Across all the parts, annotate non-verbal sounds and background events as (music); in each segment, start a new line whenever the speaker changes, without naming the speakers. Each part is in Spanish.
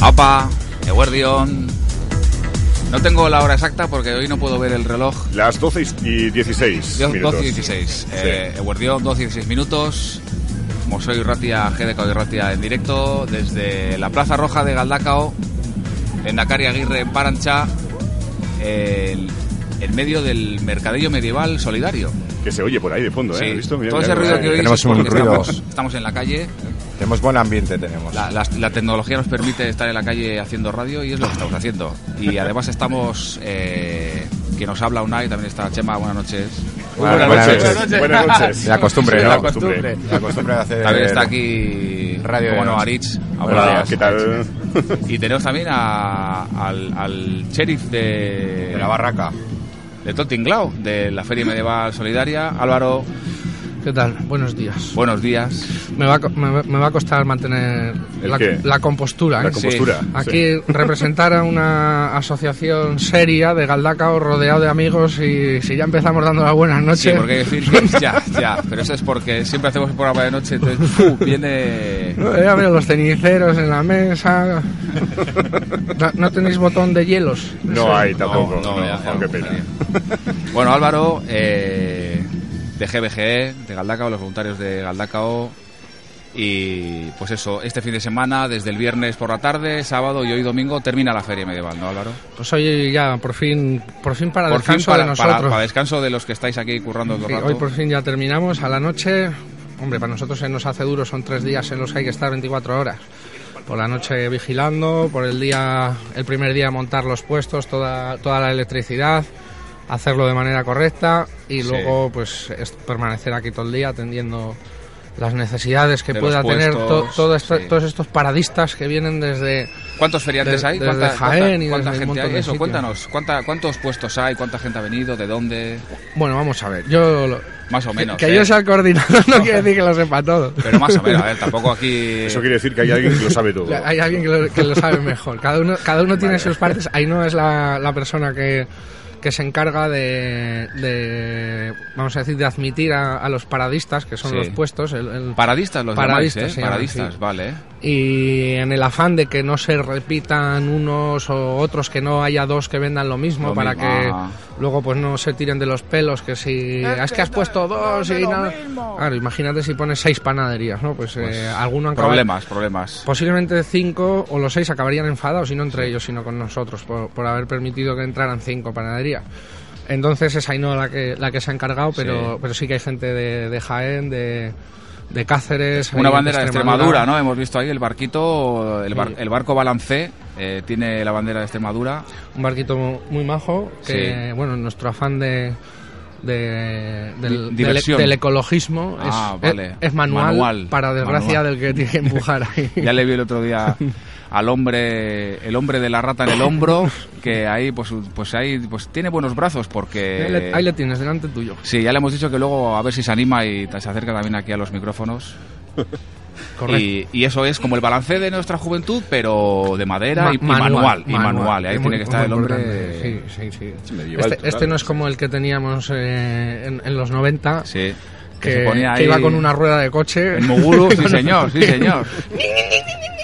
Apa, Eguardión. No tengo la hora exacta porque hoy no puedo ver el reloj.
Las 12 y 16
Dios,
minutos.
12 y 16. Eh, Eguardión, 12 y 16 minutos. Como soy Ratia, GDK y Ratia en directo desde la Plaza Roja de Galdacao, en Dakari Aguirre, en Parancha, el- en medio del mercadillo medieval solidario.
Que se oye por ahí de fondo, ¿eh?
Sí,
¿Has visto? Mira,
todo
mira, mira,
ese ruido
mira.
que oís
tenemos
es porque
un ruido.
Estamos, estamos en la calle,
Tenemos buen ambiente, tenemos.
la, la- la tecnología nos permite estar en la calle haciendo radio y es lo que estamos haciendo. Y además estamos, eh, que nos habla Unai, también está Chema, buenas noches.
Buenas
noches.
noches.
Buenas
(laughs)
noches.
La costumbre,
Sí,
¿no?
la costumbre. Eh,
La costumbre de hacer.
También está aquí
Radio de
bueno,
noche.
Aritz.
Buenos
Hola,
días.
¿qué tal?
(laughs) Y tenemos también a- al, al sheriff de,
De la barraca.
de Tottinglau, de la Feria Medieval Solidaria. Álvaro,
¿Qué tal? Buenos días.
buenos días.
Me va a, co- me, va- me va a costar mantener
¿El
la,
qué?
la compostura.
La
¿eh?
compostura.
Aquí
sí.
representar a una asociación seria de Galdacao rodeado de amigos y si ya empezamos dando las buenas noches.
Sí, porque hay que decir que ya, ya, pero eso es porque siempre hacemos el programa de noche, entonces ¡fu! viene...
Eh, a ver, los ceniceros en la mesa. No, no tenéis botón de hielos?
No hay tampoco. no,
no, ya, ya,
oh, qué
no,
pena.
Bueno, Álvaro, eh, de GBGE, de Galdacao, los voluntarios de Galdacao. Y pues eso, este fin de semana, desde el viernes por la tarde, sábado y hoy domingo, termina la feria medieval, ¿no, Álvaro?
Pues hoy ya, por fin, por fin para
por fin,
descanso
para,
de
para-
nosotros.
para descanso de los que estáis aquí currando todo el
Sí,
rato.
hoy por fin ya terminamos a la noche. Hombre, para nosotros se nos hace duro, son tres días en los que hay que estar 24 horas. Por la noche vigilando, por el día, el primer día montar los puestos, toda, toda la electricidad, hacerlo de manera correcta y
Sí.
luego pues es- permanecer aquí todo el día atendiendo las necesidades que
De los
pueda tener to-
puestos,
todo esto-
sí.
todos estos paradistas que vienen desde
¿Cuántos feriantes
de-
hay?
desde
¿Cuánta,
Jaén
cuánta-
y
cuánta
desde un
gente
montón
hay?
de
Eso,
sitios.
cuéntanos, ¿cuánta- ¿cuántos puestos hay? ¿Cuánta gente ha venido? ¿De dónde?
bueno vamos a ver yo lo-
Más o
que-
menos.
que,
¿eh?
yo sea el coordinador no quiere decir que lo sepa todo
Pero más o menos, a ver, tampoco aquí...
(laughs)
eh,
Eso quiere decir que hay alguien que lo sabe todo.
La- (laughs) Hay alguien que lo, que lo sabe mejor. Cada uno, cada uno tiene sus partes. no es la, la persona que, que se encarga de, de, vamos a decir, de admitir a, a los paradistas, que son
Sí.
los puestos. el- el-
Paradistas los
Paradistas,
llamáis, ¿eh?
se llaman,
Paradistas,
sí.
vale.
y en el afán de que no se repitan unos o otros, que no haya dos que vendan lo mismo,
Lo
para
mismo.
que
Ah.
luego pues no se tiren de los pelos, que si... "Ah, Es que has puesto dos y nada... Claro, imagínate si pones seis panaderías, ¿no? Pues, eh, alguno acaba-
Problemas, problemas.
Posiblemente cinco o los seis acabarían enfadados, y no entre ellos, sino con nosotros, por, por haber permitido que entraran cinco panaderías. Entonces es Ainhoa la que, la que se ha encargado, pero
Sí.
pero sí que hay gente de, de Jaén, de, de Cáceres.
Una
hay
bandera de Extremadura, ¿no? Hemos visto ahí el barquito, el, bar-
Sí.
el barco Balancé eh, tiene la bandera de Extremadura.
Un barquito mu- muy majo, que,
Sí.
Eh, bueno, en nuestro afán de... de- del,
Di- diversión.
del- del ecologismo
Ah,
es,
vale.
es- es manual,
Manual.
para desgracia
Manual.
del que tiene que empujar ahí.
(laughs) Ya le vi el otro día al hombre, el hombre de la rata en el hombro, que ahí pues, pues ahí pues tiene buenos brazos
ahí, le,
porque...
ahí le tienes, delante tuyo.
Sí, ya le hemos dicho que luego a ver si se anima y ta- se acerca también aquí a los micrófonos.
Correcto.
Y, y eso es como el balance de nuestra juventud, pero de madera
Ma-
y, y manual, Y manual. Y Ahí
Es
tiene
muy-
que estar el
muy
hombre...
importante, Sí, sí, sí.
medieval
Este,
total.
este no es como el que teníamos eh, en, en los 90,
Sí.
que,
se ponía
que
ahí-
iba con una rueda de coche. (laughs)
En Muguru, sí señor, sí señor.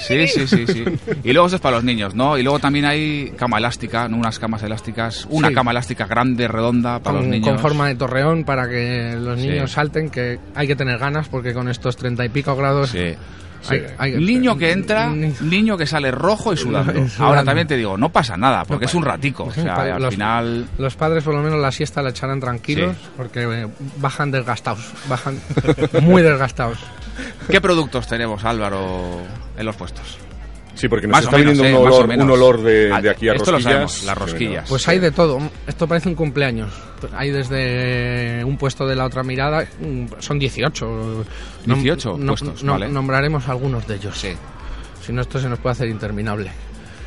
Sí, sí, sí, sí. Y luego eso es para los niños, ¿no? Y luego también hay cama elástica, ¿no? unas camas elásticas, una
Sí.
cama elástica grande, redonda para los
Con,
niños.
con forma de torreón para que los
Sí.
niños salten, que hay que tener ganas porque con estos treinta y pico grados...
Sí.
hay-
Sí.
hay-
Niño que entra,
Ni-
niño que sale rojo y sudando.
Y (laughs) sudando.
Ahora también te digo, no pasa nada, porque
No
es un ratico. O sea,
Para-
al
los-
final.
Los padres por lo menos la siesta la echarán tranquilos
Sí.
porque eh, bajan desgastados, bajan (laughs) muy desgastados.
¿Qué productos tenemos, Álvaro, en los puestos?
Sí, porque nos
Más
está
o menos,
viniendo
¿eh?
un
Más o
olor,
menos.
un olor de,
Ah,
de aquí a
esto lo
rosquillas.
sabemos, las rosquillas.
Pues hay de todo. Esto parece un cumpleaños. Hay desde un puesto de la otra mirada, mm, son 18. Nom-
18
nom-
puestos,
nom-
vale.
Nombraremos algunos de ellos.
Sí.
Si no, esto se nos puede hacer interminable.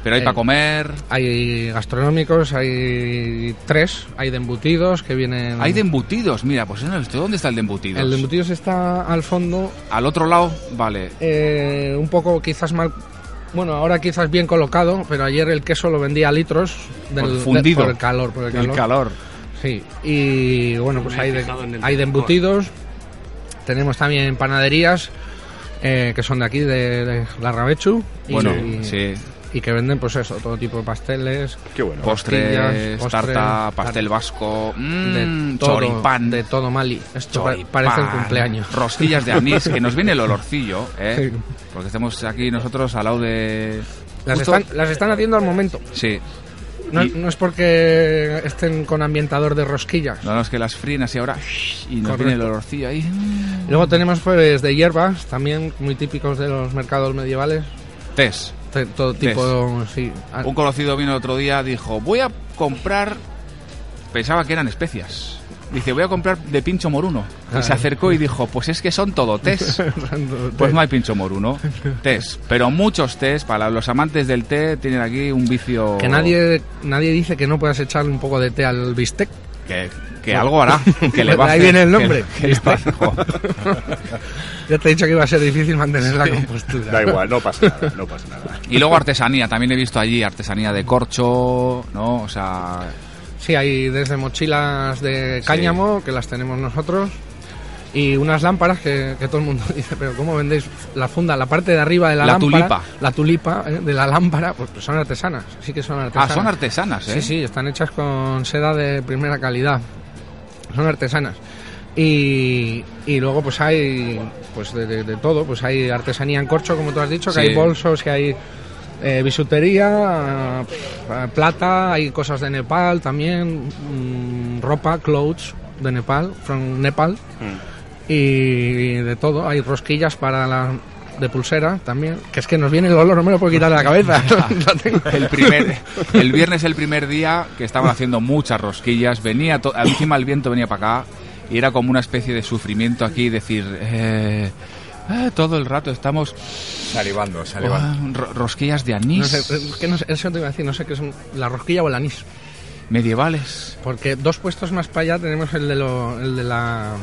Pero hay
Eh,
para comer.
Hay gastronómicos, hay tres, hay de embutidos que vienen...
Hay de embutidos, mira, pues yo no he visto. ¿Dónde está el de embutidos?
El de embutidos está al fondo,
Al otro lado, vale.
eh, un poco quizás mal... Bueno, ahora quizás bien colocado, pero ayer el queso lo vendía a litros del,
Por fundido.
por el calor. Por el
El
calor.
calor.
Sí, y bueno, pues hay de, hay de embutidos, tenemos también panaderías eh, que son de aquí, de, de Larrabechu. y-
Bueno,
y,
sí.
y que venden pues eso, todo tipo de pasteles,
Qué bueno.
Postres,
Costillas, postres,
tarta,
tarta.
pastel vasco,
de
mmm,
todo,
choripán,
de todo Mali. Esto pa-
Choripán,
parece un cumpleaños.
Rosquillas de anís,
(laughs)
que nos viene el olorcillo, ¿eh?
Sí.
Porque estamos aquí nosotros al lado de...
Las
Justo-
están, las están haciendo al momento.
Sí.
No,
Y-
no es porque estén con ambientador de rosquillas.
No, no, es que las fríen así ahora y nos
Correcto.
viene el olorcillo ahí. Mm.
Luego tenemos pues de hierbas, también muy típicos de los mercados medievales.
Tés.
Te- Todo tipo, sí. Ah,
Un conocido vino otro día, dijo, voy a comprar... Pensaba que eran especias. Dice, voy a comprar de pincho moruno. Y
Ah.
se acercó y dijo, pues es que son
(laughs)
todo tés. Pues no hay pincho moruno. Tés. Pero muchos tés, para los amantes del té, tienen aquí un vicio...
Que nadie, nadie dice que no puedas echarle un poco de té al bistec.
Que, que algo hará. Que
(laughs)
le
Ahí
baje,
viene el
que-
nombre.
que le baje.
(laughs) Ya te he dicho que iba a ser difícil mantener la compostura.
Da igual, no pasa nada, no pasa nada.
y luego artesanía. También he visto allí artesanía de corcho, ¿no? O sea...
Sí, hay desde mochilas de cáñamo, que las tenemos nosotros, y unas lámparas que, que todo el mundo (laughs) dice, pero ¿cómo vendéis la funda? La parte de arriba de la,
La
lámpara.
tulipa.
La tulipa eh, de la lámpara, pues pues son artesanas, sí que son
Ah,
artesanas.
son artesanas, ¿eh?
Sí, sí, están hechas con seda de primera calidad. Son artesanas. Y, y luego pues hay pues de, de- de todo, pues hay artesanía en corcho, como tú has dicho, que
Sí.
hay bolsos, que hay eh, bisutería, eh, pf, plata, hay cosas de Nepal también, mm, ropa, clothes de Nepal, from Nepal, y de todo, hay rosquillas para la de pulsera también, que es que nos viene el olor, no me lo puedo quitar de la cabeza. (laughs) Lo tengo.
El, primer, el viernes, el primer día, que estaban haciendo muchas rosquillas, venía to- encima el viento venía para acá y era como una especie de sufrimiento aquí, decir, eh, eh, todo el rato estamos
Salivando, salivando.
ah, ro- rosquillas de anís
No sé, pues, es que no sé, eso te iba a decir, no sé qué es un- la rosquilla o el anís.
medievales
Porque dos puestos más para allá tenemos el de, lo- el de la-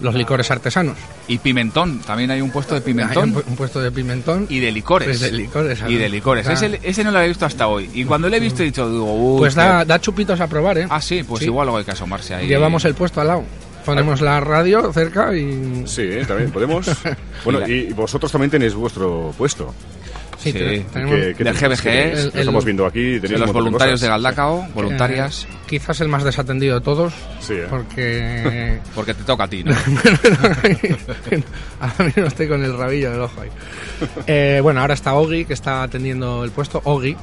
los licores artesanos.
y pimentón. También hay un puesto de
Hay un,
pimentón.
pu- un puesto de pimentón.
Y de licores.
Pues de licores,
y de
además.
licores.
Claro. Ah.
Ese, ese no lo he visto hasta hoy. Y cuando lo he visto he dicho, digo, uy,
pues
qué-
da, da chupitos a probar, ¿eh?
Ah, sí, pues igual luego hay que asomarse ahí.
Llevamos el puesto al lado. Ponemos la radio cerca y...
Sí, ¿eh? también podemos. Bueno, y vosotros también tenéis vuestro puesto.
Sí.
Sí, te- tenemos
que
Del GBG,
tenéis?
el-
Lo estamos
el-
viendo aquí.
de
Tenéis
los
un montón de
voluntarios de
cosas.
Galdacao, voluntarias,
eh, quizás el más desatendido de todos.
Sí, ¿eh?
Porque...
(laughs) porque te toca
(laughs)
a ti, ¿no?
ahora mismo estoy con el rabillo del ojo ahí. Eh, bueno, ahora está Ogi, que está atendiendo el puesto. Ogi,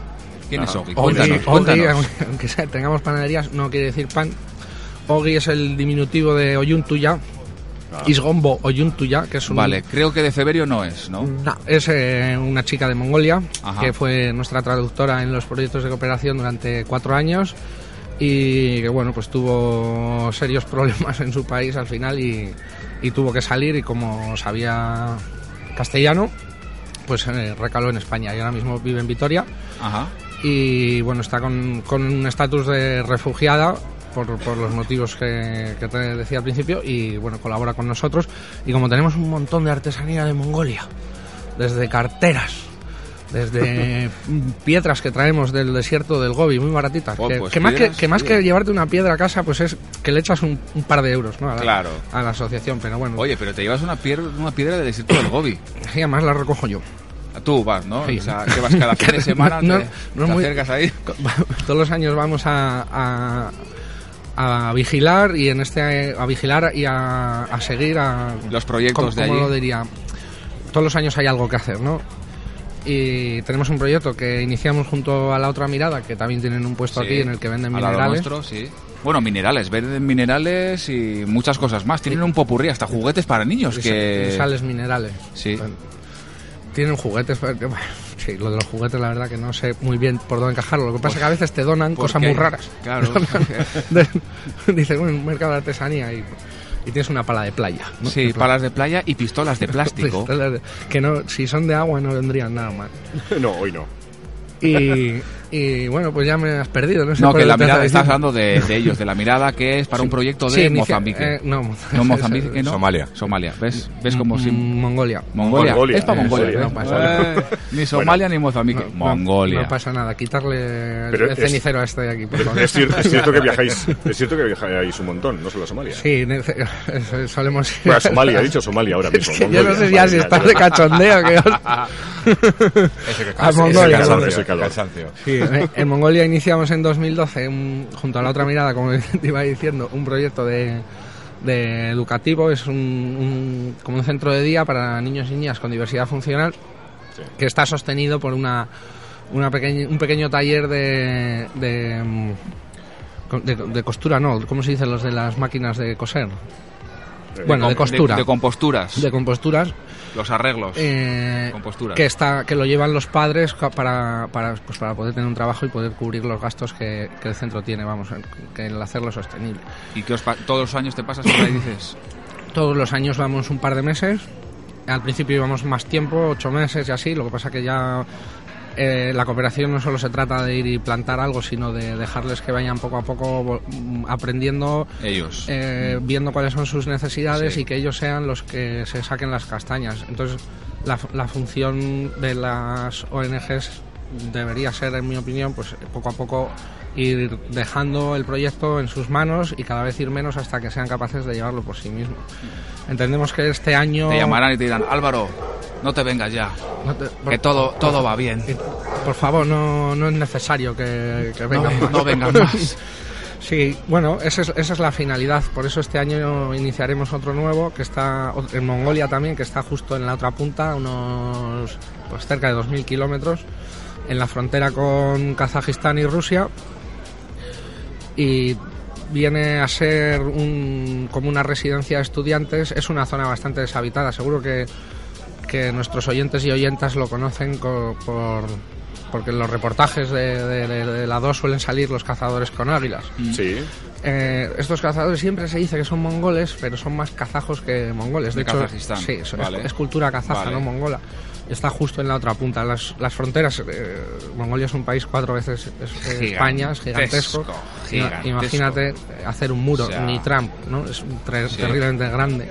¿Quién es
Ah,
Ogi?
Ogi,
Cuéntanos,
Ogi,
cuéntanos.
aunque- aunque sea- tengamos panaderías, no quiere decir pan. Ogi es el diminutivo de Oyuntuya. Isgombo Oyuntuya, que es un...
Ah. Vale, creo que de Feberio no es, ¿no?
No, es eh, una chica de Mongolia,
Ajá.
que fue nuestra traductora en los proyectos de cooperación durante cuatro años y que, bueno, pues tuvo serios (laughs) problemas en su país al final y, y tuvo que salir y como sabía castellano, pues eh, recaló en España y ahora mismo vive en Vitoria
Ajá.
y bueno, está con, con un estatus de refugiada por, por los motivos que, que te decía al principio y bueno, colabora con nosotros y como tenemos un montón de artesanía de Mongolia, desde carteras,
(laughs)
desde piedras que traemos del desierto del Gobi, muy baratitas,
Oh,
que,
pues
que más, que,
piedras,
que más
oye.
que llevarte una piedra a casa, pues es que le echas un, un par de euros ¿no? a, la,
Claro.
a la asociación, pero bueno,
Oye, pero te llevas una piedra, una piedra del desierto
(laughs)
del Gobi. Ah,
y además la recojo yo.
Tú vas, ¿no?
Sí.
O sea, que
(laughs)
vas cada fin de semana,
No,
te,
no
te
muy-
acercas ahí.
(laughs) todos los años vamos a, a- a vigilar y en este a vigilar y a, a seguir a
Los proyectos
¿cómo-
de
cómo
allí?
lo diría todos los años hay algo que hacer no y tenemos un proyecto que iniciamos junto a la otra mirada que también tienen un puesto aquí
Sí,
en el que venden
al lado
minerales
nuestro, sí. Bueno, minerales, venden minerales y muchas cosas más. Tienen un popurrí, hasta juguetes para niños
y
que...
sa- y sales minerales
Sí.
tienen juguetes (laughs) pero que, bueno, sí lo de los juguetes la verdad que no sé muy bien por dónde encajarlo lo que pasa es que a veces te donan
Porque
cosas muy
hay-
raras (laughs)
Pues, Claro.
De- (laughs) Dice, bueno, un mercado de artesanía y, y tienes una pala de playa. ¿no?
sí, palas de playa y
(laughs)
pistolas de plástico.
Pistolas de- Que no, si son de agua no vendrían nada mal.
No, hoy no.
Y, y, bueno, pues ya me has perdido. No, sé
No,
por dónde
que la
te
mirada, estás
diciendo.
hablando de, de
(laughs)
ellos, de la mirada que es para un proyecto de
Sí, inicia-
Mozambique.
eh, no, Mo-
No, Mozambique, que no.
Somalia.
Somalia. ¿Ves, ¿Ves cómo
Mm,
si...
Mongolia.
Mongolia.
Mongolia.
Es para
Eh,
Mongolia.
Mongolia,
¿no?
Mongolia.
Eh, (laughs) ni Somalia ni Mozambique.
No,
Mongolia.
No pasa nada, quitarle el,
Pero
el
es-
cenicero a este de aquí, por favor.
Es cier-
(laughs)
es cierto que viajáis, es cierto que viajáis un montón, no solo a Somalia.
Sí, nece- (laughs) solemos ir (laughs)
Bueno, a Somalia, he dicho Somalia ahora mismo.
Yo no sé
Mongolia,
ya
madre
si
mía,
estás
yo-
de cachondeo. que- (laughs)
Ese que
Ah,
cansa-
Mongolia,
ese
Mongolia.
cansancio,
calor.
cansancio.
Sí, eh, en Mongolia iniciamos en 2012, un- junto a la otra mirada, como (laughs) te iba diciendo, un proyecto de, de educativo, es un, un- como un centro de día para niños y niñas con diversidad funcional, que está sostenido por una, una pequeña, un pequeño taller de, de, mm, co- de- de costura, ¿no? ¿Cómo se dicen los de las máquinas de coser? Bueno, de
Com-
costura.
Eh, De, composturas.
De composturas
los arreglos.
eh,
Composturas.
que está que lo llevan los padres ca- para, para, pues para poder tener un trabajo y poder cubrir los gastos que, que el centro tiene, vamos, que el hacerlo sostenible.
¿Y que os pa- todos los años te pasas por ahí y dices?
Todos los años vamos un par de meses. Al principio íbamos más tiempo, ocho meses y así. Lo que pasa que ya eh, la cooperación no solo se trata de ir y plantar algo, sino de dejarles que vayan poco a poco vo- mm, aprendiendo,
Ellos.
eh, viendo cuáles son sus necesidades y que ellos sean los que se saquen las castañas. Entonces, la, fu- la función de las ONGs debería ser, en mi opinión, pues poco a poco ir dejando el proyecto en sus manos y cada vez ir menos hasta que sean capaces de llevarlo por sí mismos. Entendemos que este año...
Te llamarán y te dirán, Álvaro, no te vengas ya.
No te-
Que
por,
todo, todo va bien.
por favor, no, no es necesario que, que
No,
vengan más.
no vengas más.
(laughs) Sí, bueno, esa es, esa es la finalidad. Por eso este año iniciaremos otro nuevo que está o- en Mongolia también, que está justo en la otra punta, unos pues cerca de 2.000 kilómetros, en la frontera con Kazajistán y Rusia. Y viene a ser un- como una residencia de estudiantes. Es una zona bastante deshabitada. Seguro que, que nuestros oyentes y oyentas lo conocen co- por, porque en los reportajes de, de- de- de la 2 suelen salir los cazadores con águilas.
Sí.
Eh, estos cazadores siempre se dice que son mongoles, pero son más kazajos que mongoles. De,
De
hecho,
Kazajistán.
sí, eso es-
Vale.
es, cultura kazaja,
Vale.
no mongola. Está justo en la otra punta. Las, las fronteras, eh, Mongolia es un país cuatro veces es- eh,
Gigantesco,
España, es gigantesco. Ima-
gigantesco.
Imagínate hacer un muro,
O sea,
ni Trump, ¿no? Es un tre-
sí.
terriblemente grande.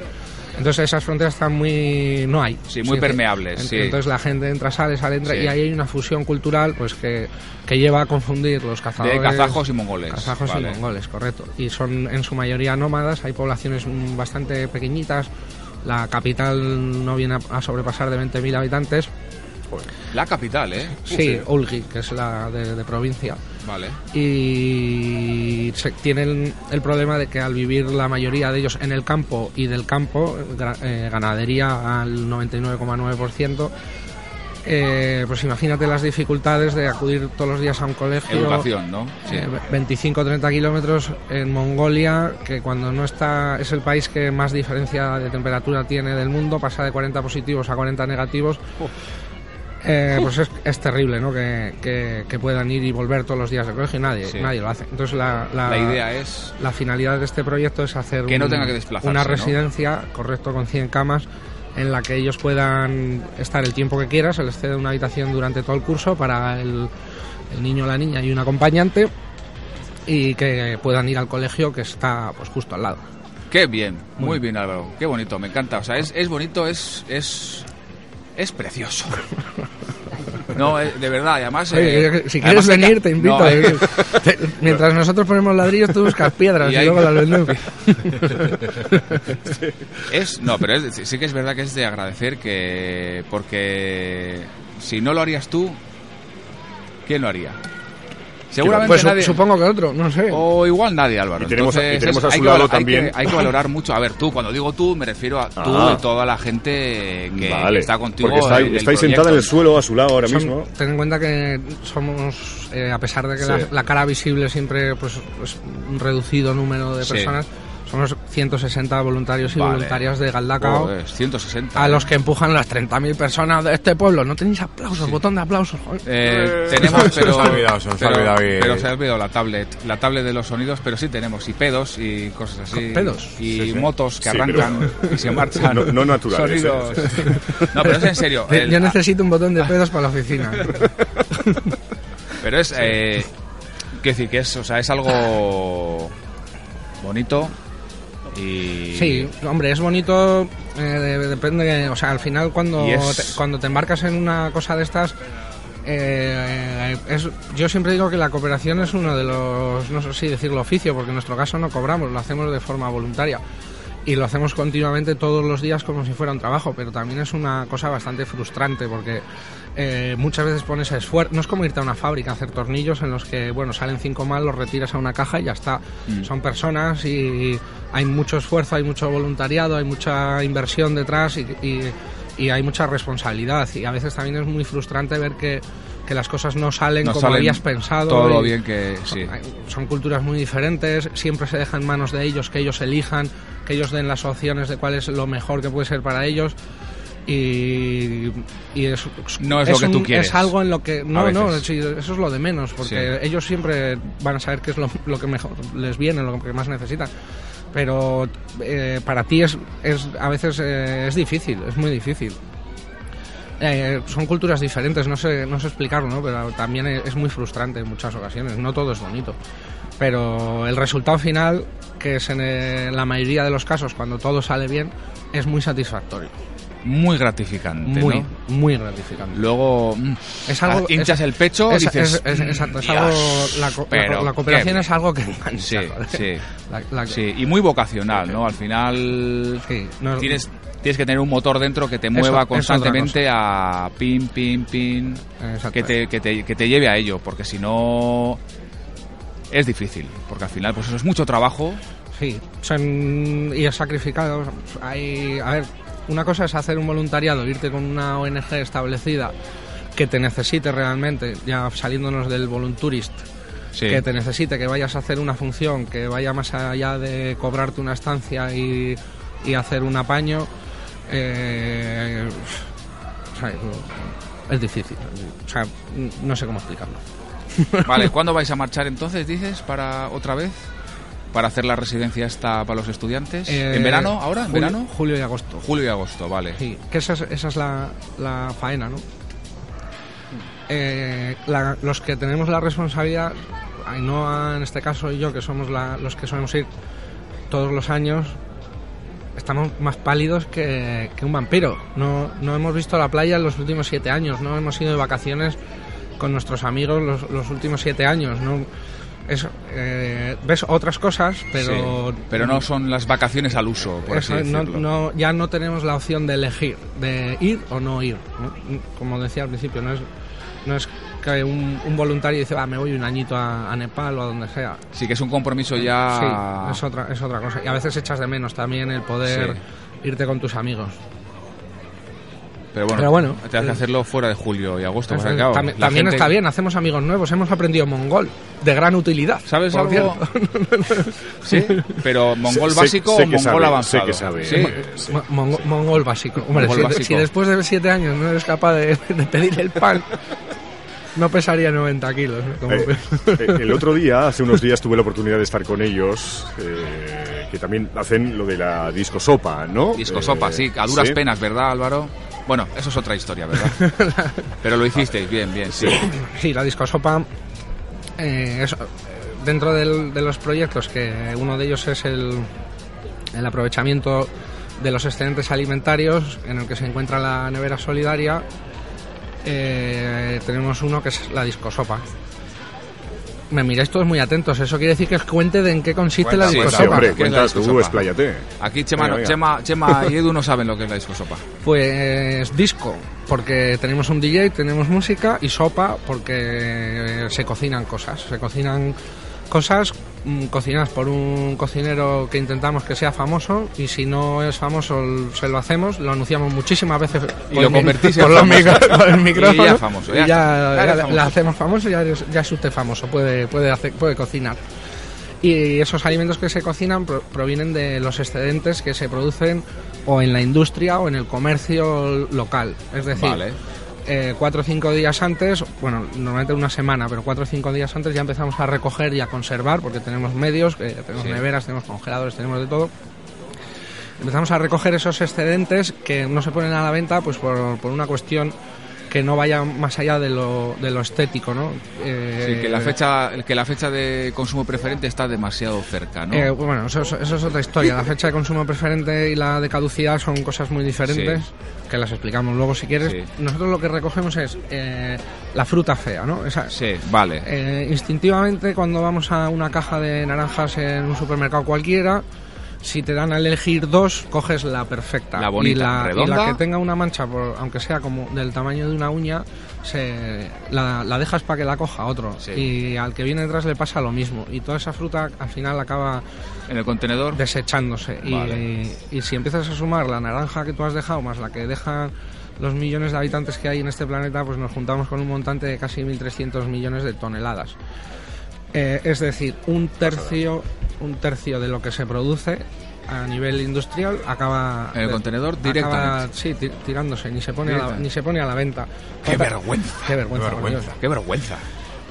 Entonces esas fronteras están muy... no hay.
Sí, muy permeables, sí.
Entonces la gente entra, sale, sale, entra
Sí.
y ahí hay una fusión cultural pues que, que lleva a confundir los
De
cazadores...
kazajos y mongoles.
Kazajos
Vale.
y mongoles, correcto. Y son en su mayoría nómadas, hay poblaciones mm, bastante pequeñitas, la capital no viene a- a sobrepasar de 20.000 habitantes,
Uh, La capital, ¿eh?
sí, Ulgi, que es la de, de provincia.
Vale.
Y se- tienen el problema de que al vivir la mayoría de ellos en el campo y del campo, gra- eh, ganadería al 99,9%, eh, pues imagínate las dificultades de acudir todos los días a un colegio.
Educación, ¿no? Sí.
Eh, 25 o 30 kilómetros en Mongolia, que cuando no está, es el país que más diferencia de temperatura tiene del mundo, pasa de 40 positivos a 40 negativos. Eh, pues es, es terrible, ¿no? Que, que- que puedan ir y volver todos los días de colegio y nadie,
Sí.
nadie lo hace. Entonces la,
La idea es
la finalidad de este proyecto es hacer
Que no tenga que desplazarse,
una
¿no?
residencia, correcto, con 100 camas, en la que ellos puedan estar el tiempo que quieras, se les cede una habitación durante todo el curso para el, el niño, la niña y un acompañante, y que puedan ir al colegio que está pues justo al lado.
Qué bien, muy bien Álvaro, qué bonito, me encanta. O sea, es, es bonito, es, es,
(laughs)
es precioso. No, eh, de verdad, y además...
Oye,
eh,
yo que- si quieres
además que ca-
venir, te invito.
No, eh,
Te- Mientras nosotros ponemos ladrillos, tú buscas piedras
(laughs) Y
y,
ahí-
luego las vendemos.
es, no, pero es- sí que es verdad que es de agradecer que... Porque si no lo harías tú, ¿quién lo haría? Seguramente
Pues su-
nadie...
Pues supongo que otro, no sé.
O igual nadie, Álvaro.
Y tenemos a- y
Pues Entonces,
tenemos a su
es- hay que
lado
valo- hay que-
también.
hay que valorar mucho. A ver, tú, cuando digo tú, me refiero a tú
Ah.
y toda la gente que
vale.
está contigo.
Porque está-
en el eh,
estáis sentada en el
proyecto.
suelo a su lado ahora
Son-
mismo.
Ten en cuenta que somos, eh, a pesar de que
Sí.
la, la cara visible siempre pues, es un reducido número de
Sí.
personas, somos 160 voluntarios y
Vale.
voluntarias de Galdacao.
Joder, eh. 160.
A los que empujan las 30.000 personas de este pueblo. No tenéis aplausos, botón de aplausos. joder.
Eh,
(laughs)
tenemos,
Se
pero,
nos ha olvidado, se nos ha
pero-
olvidado y-
pero se ha olvidado la tablet, la tablet de los sonidos, pero sí tenemos y pedos y cosas así,
¿Pedos?
y
Sí, sí.
motos que
Sí,
arrancan
(laughs)
y se marchan,
No- no naturales, ¿eh?
Sonidos. No, pero es
(laughs)
en serio.
Eh,
el-
Yo necesito un botón de pedos para la
(laughs)
oficina.
Pero es. Eh, quiero decir que es, o sea, es algo bonito y.
Sí, hombre, es bonito, eh, de- depende, o sea, al final cuando,
Y es-
te, cuando te embarcas en una cosa de estas, eh, es- yo siempre digo que la cooperación es uno de los, no sé si decirlo oficio, porque en nuestro caso no cobramos, lo hacemos de forma voluntaria. y lo hacemos continuamente todos los días como si fuera un trabajo, pero también es una cosa bastante frustrante porque eh, muchas veces pones esfuerzo, no es como irte a una fábrica a hacer tornillos en los que, bueno, salen cinco mal, los retiras a una caja y ya está. Mm. Son personas y hay mucho esfuerzo, hay mucho voluntariado, hay mucha inversión detrás y, y, y hay mucha responsabilidad y a veces también es muy frustrante ver que que las cosas no salen no como salen habías pensado.
Todo bien que sí.
Son culturas muy diferentes, siempre se deja en manos de ellos que ellos elijan, que ellos den las opciones de cuál es lo mejor que puede ser para ellos. Y, y es,
no es, es, lo que
un,
tú quieres.
Es algo en lo que. No, no, sí, eso es lo de menos, porque sí. ellos siempre van a saber qué es lo, lo, que mejor les viene, lo que más necesitan. Pero eh, para ti es, es a veces eh, es difícil, es muy difícil. Eh, son culturas diferentes, no sé, no sé explicarlo, ¿no? pero también es muy frustrante en muchas ocasiones, no todo es bonito. Pero el resultado final, que es en eh, la mayoría de los casos cuando todo sale bien, es muy satisfactorio.
Muy gratificante.
Muy,
¿no?
muy gratificante.
Luego es algo, Ah, hinchas es, el pecho
es,
dices, "Mm,
es, exacto, es algo, Dios, la, co la, la, cooperación
qué,
es algo que engancha.
Sí, sí, la, sí, y muy vocacional, sí, ¿no? Al final no, tienes tienes que tener un motor dentro que te mueva eso, constantemente eso a pin, pin, pin, que te, que, te, que te, lleve a ello, porque si no es difícil, porque al final pues eso es mucho trabajo.
Sí, son, y es sacrificado. Hay, a ver, una cosa es hacer un voluntariado, irte con una ONG establecida que te necesite realmente, ya saliéndonos del volunturist. Sí. que te necesite, que vayas a hacer una función, que vaya más allá de cobrarte una estancia y, y hacer un apaño, eh, o sea, es difícil. O sea, no sé cómo explicarlo. (laughs)
Vale, ¿cuándo vais a marchar entonces, dices, para otra vez? ¿Para hacer la residencia esta para los estudiantes? Eh, ¿En verano ahora? ¿En
julio,
verano?
Julio y agosto.
Julio y agosto, vale.
Sí, que esa es, esa es la, la, faena, ¿no? Eh, la, los que tenemos la responsabilidad, Ainhoa en este caso y yo, que somos la, los que solemos ir todos los años, estamos más pálidos que, que un vampiro. No, no, hemos visto la playa en los últimos siete años, no hemos ido de vacaciones con nuestros amigos los, los últimos siete años. No, es, eh, ves otras cosas, pero...
Sí, pero no son las vacaciones al uso, por eso, así
no, no, ya no tenemos la opción de elegir, de ir o no ir. Como decía al principio, no es, no es que un, un, voluntario dice, ah, me voy un añito a, a, Nepal o a donde sea.
Sí, que es un compromiso ya.
Sí, es otra, es otra cosa. Y a veces echas de menos también el poder sí. irte con tus amigos.
Pero bueno, Pero bueno te hace eh, hacerlo fuera de julio y agosto. Es, acá,
también, también gente... está bien, hacemos amigos nuevos, hemos aprendido mongol, de gran utilidad.
¿Sabes algo? (laughs) sí, pero mongol básico
sé, sé, sé
o mongol
sabe,
avanzado.
que sabe. ¿Sí?
Sí, Mon sí. Mongol básico. Hombre, mongol si, básico. si, después de siete años no eres capaz de, (laughs) de pedir el pan... No pesaría 90 kilos. Como...
Eh, el otro día, hace unos días, tuve la oportunidad de estar con ellos, eh, que también hacen lo de la discosopa, ¿no?
Discosopa, eh, sí, a duras ¿sí? penas, ¿verdad, Álvaro? Bueno, eso es otra
(laughs)
historia, ¿verdad? Pero lo hicisteis bien, bien, sí.
Sí, la discosopa, eh, es, dentro del, de los proyectos, que uno de ellos es el, el aprovechamiento de los excedentes alimentarios, en el que se encuentra la nevera solidaria, eh, tenemos uno que es la discosopa. Me miráis todos muy atentos, eso quiere decir que os cuente de en qué consiste
cuenta,
la discosopa.
Sí, hombre, cuenta tú, expláyate.
Aquí Chema, venga, venga. Chema, Chema y Edu no saben lo que es la discosopa.
Pues disco, porque tenemos un DJ, tenemos música, y sopa, porque se cocinan cosas. Se cocinan cosas mm, cocinadas por un cocinero que intentamos que sea famoso y si no es famoso se lo hacemos, lo anunciamos muchísimas veces
y lo convertís
(laughs)
en
por, micro, por el micrófono
y ya famoso,
ya, y ya,
ya, ya
famoso. la hacemos famoso ya es, ya es usted famoso, puede puede hacer, puede cocinar. Y esos alimentos que se cocinan provienen de los excedentes que se producen o en la industria o en el comercio local, es decir,
vale.
Eh, cuatro o cinco días antes, bueno, normalmente una semana, pero cuatro o cinco días antes ya empezamos a recoger y a conservar, porque tenemos medios, eh, tenemos sí. neveras, tenemos congeladores, tenemos de todo. Empezamos a recoger esos excedentes que no se ponen a la venta pues por, por una cuestión que no vaya más allá de lo, de lo estético, ¿no?
Eh, sí, que la, fecha, que la fecha de consumo preferente está demasiado cerca, ¿no?
Eh, bueno, eso, eso, es otra historia. La fecha de consumo preferente y la de caducidad son cosas muy diferentes, sí. que las explicamos luego si quieres. Sí. Nosotros lo que recogemos es eh, la fruta fea, ¿no? Esa,
sí, vale.
eh, instintivamente, cuando vamos a una caja de naranjas en un supermercado cualquiera, si te dan a elegir dos, coges la perfecta.
La bonita,
y la,
redonda.
Y la que tenga una mancha, por- aunque sea como del tamaño de una uña, se, la, la dejas para que la coja otro.
Sí.
Y al que viene detrás le pasa lo mismo. Y toda esa fruta al final acaba
En el contenedor.
desechándose. Y-
Vale.
Y, si empiezas a sumar la naranja que tú has dejado más la que dejan los millones de habitantes que hay en este planeta, pues nos juntamos con un montante de casi 1.300 millones de toneladas. Eh, es decir, un tercio, un tercio de lo que se produce a nivel industrial acaba
En el
de-
contenedor
acaba,
directamente.
sí, ti- tirándose, ni se pone a la,
Directamente.
ni se pone a la venta.
¡Qué
Otra-
vergüenza!
Qué vergüenza,
Qué vergüenza.
por Dios.
¡Qué vergüenza!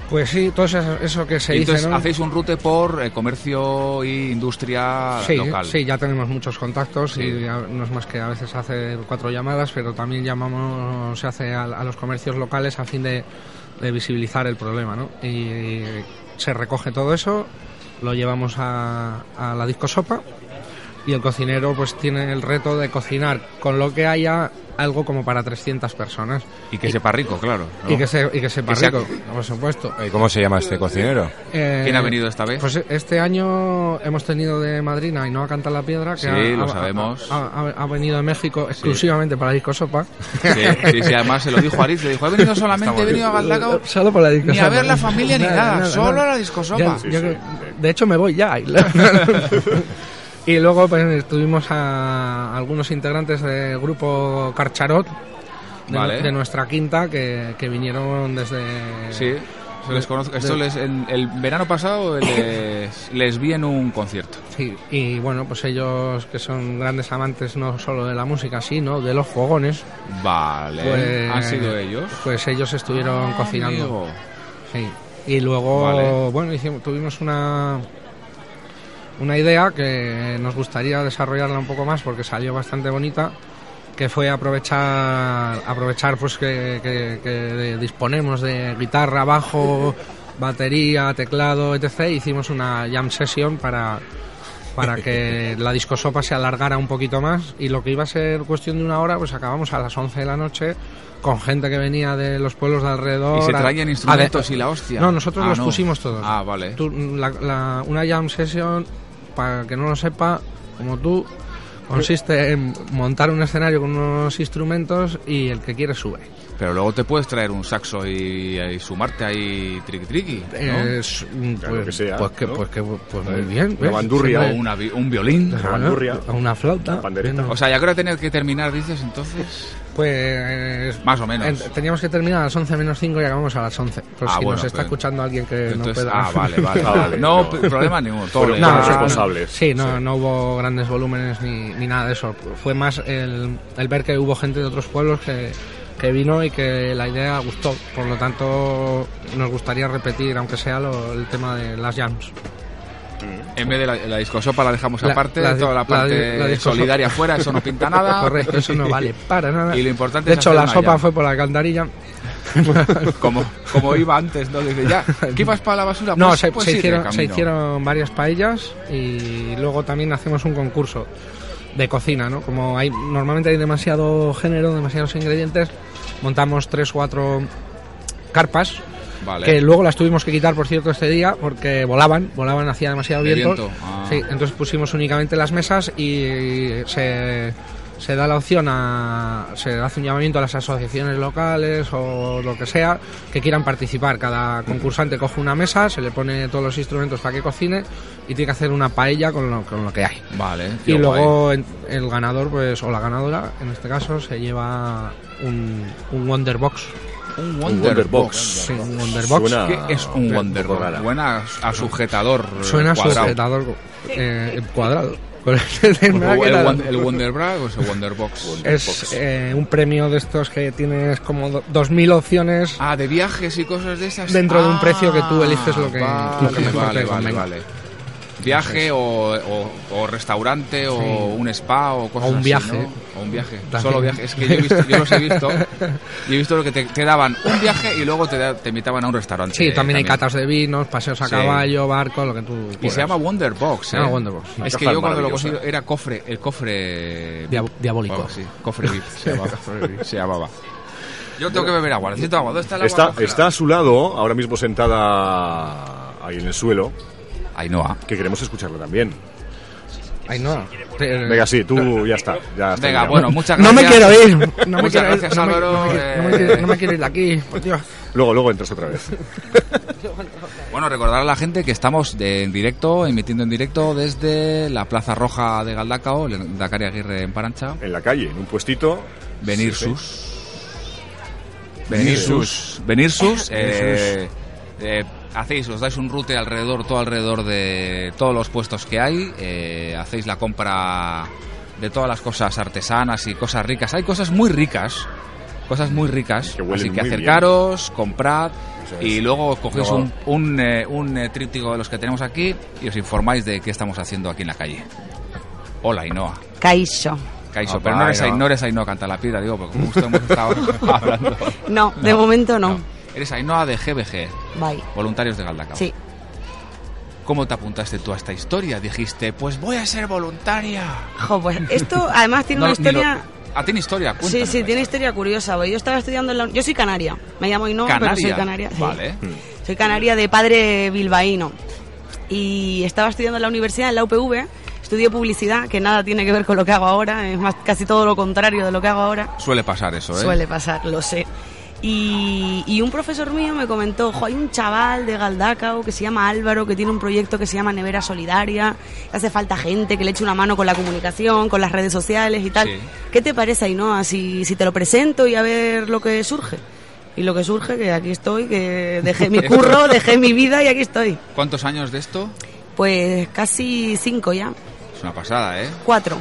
Pues sí, todo eso, eso que se
Y entonces
dice, ¿no?
hacéis un rute por eh, comercio e industria
Sí,
local.
sí, ya tenemos muchos contactos
Sí.
y ya no es más que a veces hacer cuatro llamadas, pero también llamamos, se hace a, a los comercios locales a fin de, de visibilizar el problema, ¿no? Y se recoge todo eso, lo llevamos a, a la discosopa y el cocinero pues tiene el reto de cocinar con lo que haya algo como para 300 personas
Y que sepa rico, claro. ¿no?
y que, se, y que sepa
Que sea-
rico, por supuesto.
¿Y ¿Cómo se llama este cocinero?
Eh,
¿Quién ha venido esta vez?
Pues eh, este año hemos tenido de madrina y no a cantar la piedra. Que
Sí,
ha,
lo
ha-
sabemos.
Ha, ha- ha venido de México exclusivamente para la disco sopa.
Sí, sí, sí, además se lo dijo Ariz, le dijo, he venido solamente, he venido a Galdacao
Solo para la disco
ni a
sopa.
ver la familia ni nada, solo a la disco
discosopa.
sopa.
Sí, sí, sí.
De hecho me voy ya. (laughs) y luego pues tuvimos a algunos integrantes del grupo Carcharot. De,
Vale.
de nuestra quinta que, que vinieron desde
Sí, se
Eh,
les conozco. Esto les, en- el verano pasado les, les vi en un concierto.
Sí, y bueno, pues ellos que son grandes amantes no solo de la música, sino de los fogones,
Vale,
pues,
han sido ellos. Ah,
pues ellos estuvieron cocinando.
Amigo.
Sí. Y luego,
Vale.
bueno, hicimos, tuvimos una una idea que nos gustaría desarrollarla un poco más porque salió bastante bonita que fue aprovechar aprovechar pues que, que- que disponemos de guitarra bajo batería teclado etc hicimos una jam session para para
(laughs)
que la discosopa se alargara un poquito más y lo que iba a ser cuestión de una hora pues acabamos a las 11 de la noche con gente que venía de los pueblos de alrededor
Y se
a-
traían
a-
instrumentos y la hostia.
no nosotros
Ah,
los
no.
pusimos todos
Ah, vale.
Tú, la- la- una jam session, para el que no lo sepa, como tú, consiste en montar un escenario con unos instrumentos y el que quiere sube.
Pero luego te puedes traer un saxo y, y sumarte ahí triqui triqui. ¿no?
Eh, es- mm,
Claro
pues,
que sea,
pues que-
¿no?
pues que- pues muy bien.
Una
¿ves?
bandurria,
Se
O
me-
una vi- un violín.
una bandurria.
o una flauta.
Una pandereta.
O sea, ya creo que tener que terminar, dices, entonces.
Pues.
Más o menos.
en- teníamos que terminar a las 11 menos 5 y acabamos a las 11. Pues
Ah,
si
bueno,
nos está
pero-
escuchando alguien que
entonces-
no pueda.
ah, vale,
(laughs)
vale.
Ah, vale,
no,
no.
p- problema ninguno. todo
Fueron-
legal.
No,
o sea,
responsables.
Sí, no, no hubo grandes volúmenes ni, ni nada de eso. Fue más el, el ver que hubo gente de otros pueblos que, que vino y que la idea gustó. Por lo tanto, nos gustaría repetir, aunque sea lo- el tema de las jams.
En vez de la, la discosopa la dejamos
La-
Pues aparte,
la di-
toda la
la
parte
di- la discosopa.
solidaria afuera, eso
(laughs)
no pinta nada.
Correcto, eso
(laughs)
no vale para nada.
Y lo importante
de
es
hecho,
hacer
la
una
sopa
jam.
fue por la
(laughs)
cantarilla.
Como, como iba antes, ¿no?
(laughs)
Desde ya, ¿qué vas para la basura?
No,
Pues-
se,
pues
se
sí, de
hicieron, se
camino.
hicieron varias paellas y luego también hacemos un concurso de cocina, ¿no? Como hay normalmente hay demasiado género, demasiados ingredientes, montamos tres, cuatro carpas
Vale.
que luego las tuvimos que quitar, por cierto, este día porque volaban, volaban, hacía demasiado
De
viento.
viento, ah.
Sí, entonces pusimos únicamente las mesas y se, se da la opción a. se hace un llamamiento a las asociaciones locales o lo que sea que quieran participar. Cada concursante coge una mesa, se le pone todos los instrumentos para que cocine y tiene que hacer una paella con lo, con lo que hay.
Vale, qué
Y
guay.
luego en- el ganador, pues, o la ganadora, en este caso, se lleva un, un Wonderbox.
un
Un
Wonderbox.
Sí, un Wonderbox.
Suena-
¿Qué es un
poco
Wonderbox?
rara.
Buena a sujetador. eh,
Suena
cuadrado.
sujetador eh, cuadrado. (laughs) Con ese tema
Porque
que
El,
tal.
Won- el Wonderbra o el Wonderbox.
es eh, un premio de estos que tienes como do- 2.000 opciones
Ah, de viajes y cosas de esas.
dentro de un
Ah,
precio que tú eliges lo que-
vale,
lo que mejor
Ah, vale,
te
vale,
convenga.
vale. Viaje o, o- o restaurante o un spa o cosas
O un
así,
viaje.
¿no? O un viaje.
También.
Solo viaje. Es que yo, he visto, yo los he
(laughs)
visto. Y he visto lo que te, te daban un viaje y luego te, da- te invitaban a un restaurante.
Sí,
eh,
también, hay catas de vinos, paseos a
Sí.
caballo, barco, lo que tú
Y
quieras.
se llama Wonderbox.
Se llama Wonderbox.
Es que
Caja
yo cuando lo
maravillosa.
conseguí era cofre, el cofre.
Diab- diabólico.
Oh, sí, cofre
(laughs)
VIP se llamaba. se llamaba. Yo tengo que beber agua, necesito agua. ¿Dónde está el agua?
Está,
congelada?
está a su lado, ahora mismo sentada ahí en el suelo,
Ainhoa.
que queremos escucharla también.
Ainhoa. eh,
Venga, sí, tú ya está. Ya está
Venga,
ya.
bueno, muchas
No
gracias.
me quiero ir. No me
Muchas
quiero ir.
gracias,
no me-
Álvaro,
no me quiero- no me
eh.
quiero- No me quiero ir de aquí. por Dios.
Luego, luego entras otra vez.
(laughs) Bueno, recordar a la gente que estamos de- en directo, emitiendo en directo desde la Plaza Roja de Galdacao, el Dakari Aguirre en Parancha.
En la calle, en un puestito.
Venir
Sí, sí.
sus. Venir sus. Venir sus. eh, eh, hacéis, os dais un rute alrededor, todo alrededor de todos los puestos que hay. eh, hacéis la compra de todas las cosas artesanas y cosas ricas. Hay cosas muy ricas. Cosas muy ricas.
Que huelen
así que
muy bien.
acercaros, comprad. Y luego cogéis
Luego-
un, un, eh, un, eh, tríptico de los que tenemos aquí y os informáis de qué estamos haciendo aquí en la calle. Hola, Inoa.
Caixo.
Caiso,
Opa,
pero no eres
ahí va.
ahí, no eres Ainhoa Cantalapiedra, digo, porque justo
(laughs)
hemos estado (laughs) hablando.
No, de momento no.
Eres Ainhoa de GBG,
Bye.
Voluntarios de Galdacao.
Sí.
¿Cómo te apuntaste tú a esta historia? Dijiste, pues voy a ser voluntaria.
Jo, pues esto además tiene
No,
una
ni lo-
historia...
Ah, tiene historia,
Sí,
cuéntanos.
sí, tiene historia curiosa. porque Yo estaba estudiando en la... Yo soy canaria. Me llamo Ainhoa, pero soy canaria. sí.
Vale.
Mm.
Soy canaria de padre bilbaíno. Y estaba estudiando en la universidad, en la UPV. Estudié publicidad, que nada tiene que ver con lo que hago ahora. Es más, casi todo lo contrario de lo que hago ahora.
Suele pasar eso, ¿eh?
Suele pasar, lo sé. Y, y un profesor mío me comentó, "Jo, hay un chaval de Galdacao que se llama Álvaro, que tiene un proyecto que se llama Nevera Solidaria, hace falta gente que le eche una mano con la comunicación, con las redes sociales y tal.
Sí.
¿Qué te parece, Ainhoa, si, si te lo presento y a ver lo que surge? Y lo que surge, que aquí estoy, que dejé
(laughs)
mi curro, dejé mi vida y aquí estoy.
¿Cuántos años de esto?
Pues casi cinco ya,
Es una pasada, ¿eh?
cuatro.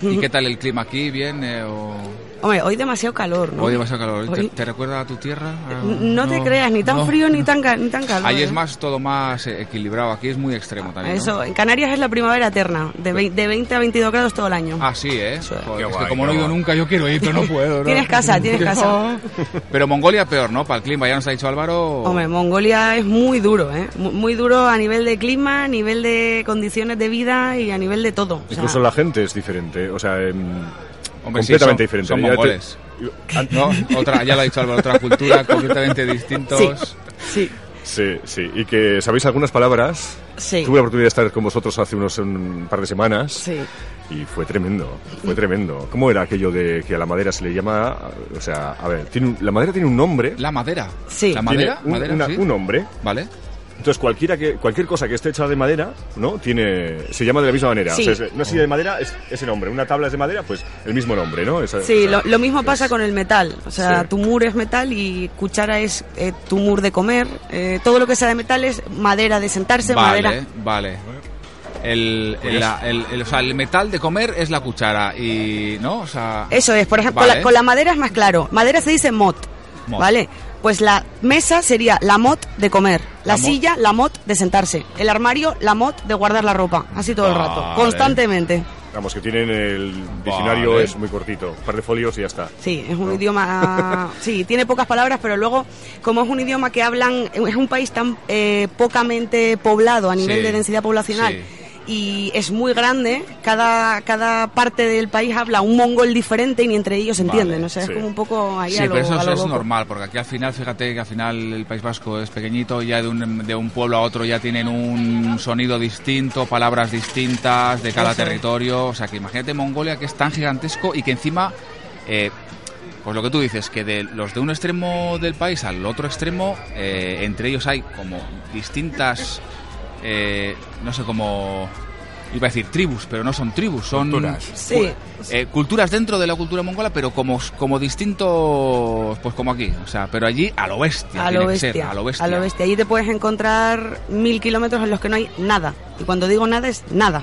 ¿Y qué tal el clima aquí? ¿Bien? eh, o...
Hombre, hoy demasiado calor, ¿no?
Hoy demasiado calor. ¿Te,
Hoy-
te recuerda a tu tierra? Ah,
No te creas, ni tan
no.
frío ni tan, ca- ni tan calor.
Ahí es
¿eh?
más, todo más eh, equilibrado. Aquí es muy extremo también. ¿no?
Eso, en Canarias es la primavera eterna, de, vei- de 20 a 22 grados todo el año.
Ah, sí, ¿eh?
Eso es.
Qué
Joder, es que
guay,
como
qué
no he ido
guay.
nunca, yo quiero
(laughs)
ir, pero no puedo. ¿no?
Tienes casa,
(laughs)
tienes casa.
Pero Mongolia peor, ¿no? Para el clima, ya nos ha dicho
oh.
Álvaro.
Hombre, Mongolia es muy duro, ¿eh? Mu- Muy, duro a nivel de clima, a nivel de condiciones de vida y a nivel de todo. O sea,
Incluso la gente es diferente. O sea, em,
Hombre, sí,
completamente
son-
diferente.
son
Ya te-
mongoles. (laughs) Ah, ¿No? Otra, ya lo ha dicho Álvaro, otra cultura completamente distintos.
Sí,
Sí, sí. Y que sabéis algunas palabras.
sí,
Tuve la oportunidad de estar con vosotros hace unos un par de semanas
sí.
y fue tremendo, fue tremendo. ¿Cómo era aquello de que a la madera se le llama? O sea, a ver, tiene un- la madera tiene un nombre.
La madera.
Sí.
La
tiene
madera,
un,
madera,
una-
sí.
un nombre.
Vale.
Entonces cualquiera que cualquier cosa que esté hecha de madera, ¿no? Tiene se llama de la misma manera.
Sí.
O sea, es- una silla de madera es ese nombre, una tabla es de madera, pues el mismo nombre, ¿no? Esa- eh, o
Sí,
sea,
lo, lo mismo
es-
pasa con el metal. O sea,
Sí.
tumur es metal y cuchara es eh, tumur de comer. Eh, todo lo que sea de metal es madera de sentarse,
vale,
madera.
vale. El,
Pues-
el- la- el- el- o sea, el metal de comer es la cuchara y... ¿No? O sea...
Eso es, por ejemplo,
Vale.
con, la, con la madera es más claro. Madera se dice mot,
Mot.
¿vale? Pues la mesa sería la mot de comer, la,
La mot.
silla, la mot de sentarse, el armario, la mot de guardar la ropa, así todo el rato,
Vale.
constantemente.
Vamos, que tienen el diccionario
Vale.
es muy cortito, un par de folios y ya está.
Sí, es un
(laughs)
idioma. Sí, tiene pocas palabras, pero luego, como es un idioma que hablan. Es un país tan eh, pocamente poblado a nivel
Sí,
de densidad poblacional. eh,
sí.
Y es muy grande, cada, cada parte del país habla un mongol diferente y ni entre ellos se
Vale,
entienden. o sea,
sí.
es como un poco ahí
Sí,
a lo-
pero eso
a
es-
lo
es
loco.
normal, porque aquí al final, fíjate que al final el País Vasco es pequeñito, ya de un, de un pueblo a otro ya tienen un sonido distinto, palabras distintas de cada
Eso es.
territorio. O sea, que imagínate Mongolia que es tan gigantesco y que encima, eh, pues lo que tú dices, que de los de un extremo del país al otro extremo, eh, entre ellos hay como distintas, eh, no sé cómo. Iba a decir tribus, pero no son tribus, son
Culturas.
Sí.
eh, culturas dentro de la cultura mongola, pero como, como distintos, pues como aquí, o sea, pero allí a lo bestia.
A
tiene
lo,
que ser,
bestia,
a lo bestia.
Allí te puedes encontrar mil kilómetros en los que no hay nada. Y cuando digo nada es nada.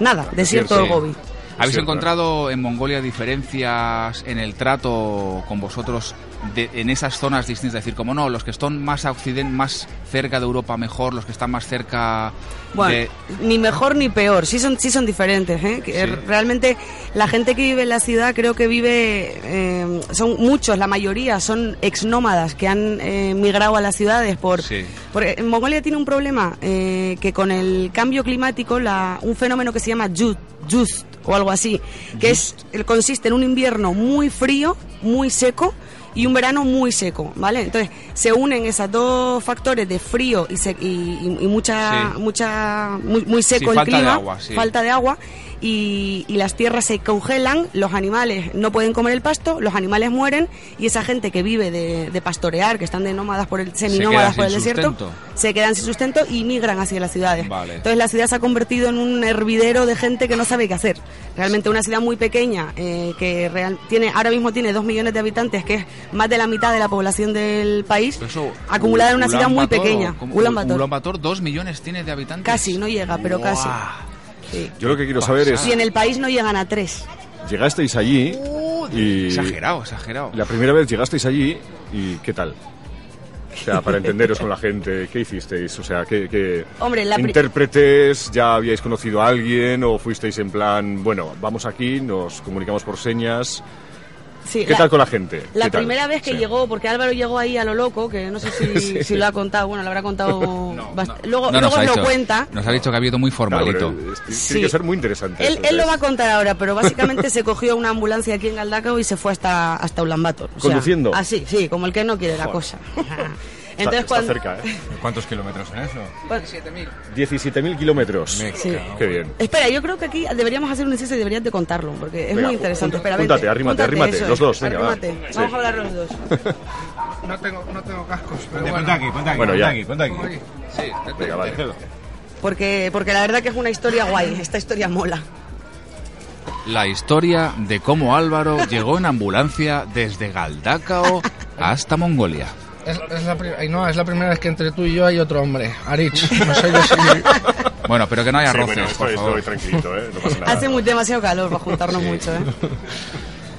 Nada. Desierto
Sí.
de Gobi.
¿Habéis
Cierto.
encontrado en Mongolia diferencias en el trato con vosotros de- en esas zonas distintas? Es decir, como no, los que están más a occidente, más cerca de Europa mejor, los que están más cerca
Bueno,
de...
ni mejor ni peor, sí son, sí son diferentes. ¿eh? Que
Sí.
Realmente la gente que vive en la ciudad creo que vive, eh, son muchos, la mayoría son exnómadas que han eh, migrado a las ciudades por...
Sí.
Porque en Mongolia tiene un problema eh, que con el cambio climático, la, un fenómeno que se llama yut- yust o algo así, que es, consiste en un invierno muy frío, muy seco y un verano muy seco, ¿vale? Entonces se unen esos dos factores de frío y, se- y- y- y mucha,
Sí.
mucha, muy, muy seco el
falta de
clima,
agua, sí.
falta de agua. Y, y las tierras se congelan, los animales no pueden comer el pasto, los animales mueren y esa gente que vive de, de pastorear, que están de nómadas por el seminómadas
queda
por el
sin
desierto,
sustento.
se quedan sin sustento y migran hacia las ciudades.
Vale.
Entonces la ciudad se ha convertido en un hervidero de gente que no sabe qué hacer. Realmente una ciudad muy pequeña eh, que real- tiene ahora mismo tiene dos millones de habitantes, que es más de la mitad de la población del país,
Eso,
acumulada en una
Ulan
ciudad muy
Bator,
pequeña.
¿cómo?
Ulan Bator.
Ulan Bator, dos millones tiene de habitantes.
Casi, no llega, pero
Buah.
casi. Sí.
Yo lo que quiero saber es,
Y en el país no llegan a tres.
llegasteis allí y...
Exagerado, exagerado.
La primera vez llegasteis allí y ¿qué tal? O sea, para entenderos con la gente, ¿qué hicisteis? O sea, ¿qué, qué
Hombre, la pri-
intérpretes? ¿Ya habíais conocido a alguien o fuisteis en plan, bueno, vamos aquí, nos comunicamos por señas?
Sí,
¿Qué
la-
tal con la gente?
La
¿Qué tal?
primera vez que
Sí.
llegó, porque Álvaro llegó ahí a lo loco, que no sé si,
(laughs)
si lo ha contado, bueno, lo habrá contado bast- Luego,
No nos
luego
ha
lo
dicho-
cuenta.
Nos ha dicho que ha habido muy
No, pero
formalito.
es- tiene
Sí.
que ser muy interesante.
Él,
eso,
él lo va a
¿sabes?
contar ahora, pero básicamente se cogió una ambulancia aquí en Galdacao y se fue hasta, hasta Ulan Bator. O sea,
¿Conduciendo?
Así, sí, como el que no quiere la cosa.
(laughs) Está,
(laughs) Entonces,
está
cuando,
cerca,
(laughs)
¿eh?
¿Cuántos kilómetros en eso?
cuando-
17.000 kilómetros.
Me
Sí.
cago.
Qué bien.
Espera, yo creo que aquí deberíamos hacer un inciso y deberías de contarlo, porque es
Venga,
muy interesante.
junta-
Espera, vente,
júntate, arrímate,
júntate,
arrímate,
eso
los
es,
dos, venga, va.
arrímate.
Sí.
Vamos a hablar los dos.
(laughs) No tengo, no tengo cascos, pero
Ponte
bueno.
aquí, ponte aquí,
Bueno,
ponte
ya.
aquí, ponte aquí.
Sí,
Venga, vale.
Porque, porque la verdad que es una historia guay, esta historia mola.
La historia de cómo Álvaro llegó en ambulancia desde Galdacao hasta Mongolia.
Es, es la, pri- ay, no, es la primera vez que entre tú y yo hay otro hombre,
(laughs)
Arich. No sé yo si...
Bueno, pero que no haya
Sí,
roces,
bueno, estoy,
por favor.
estoy tranquilito, ¿eh? No pasa nada.
Hace muy demasiado calor para juntarnos
Sí.
mucho, ¿eh?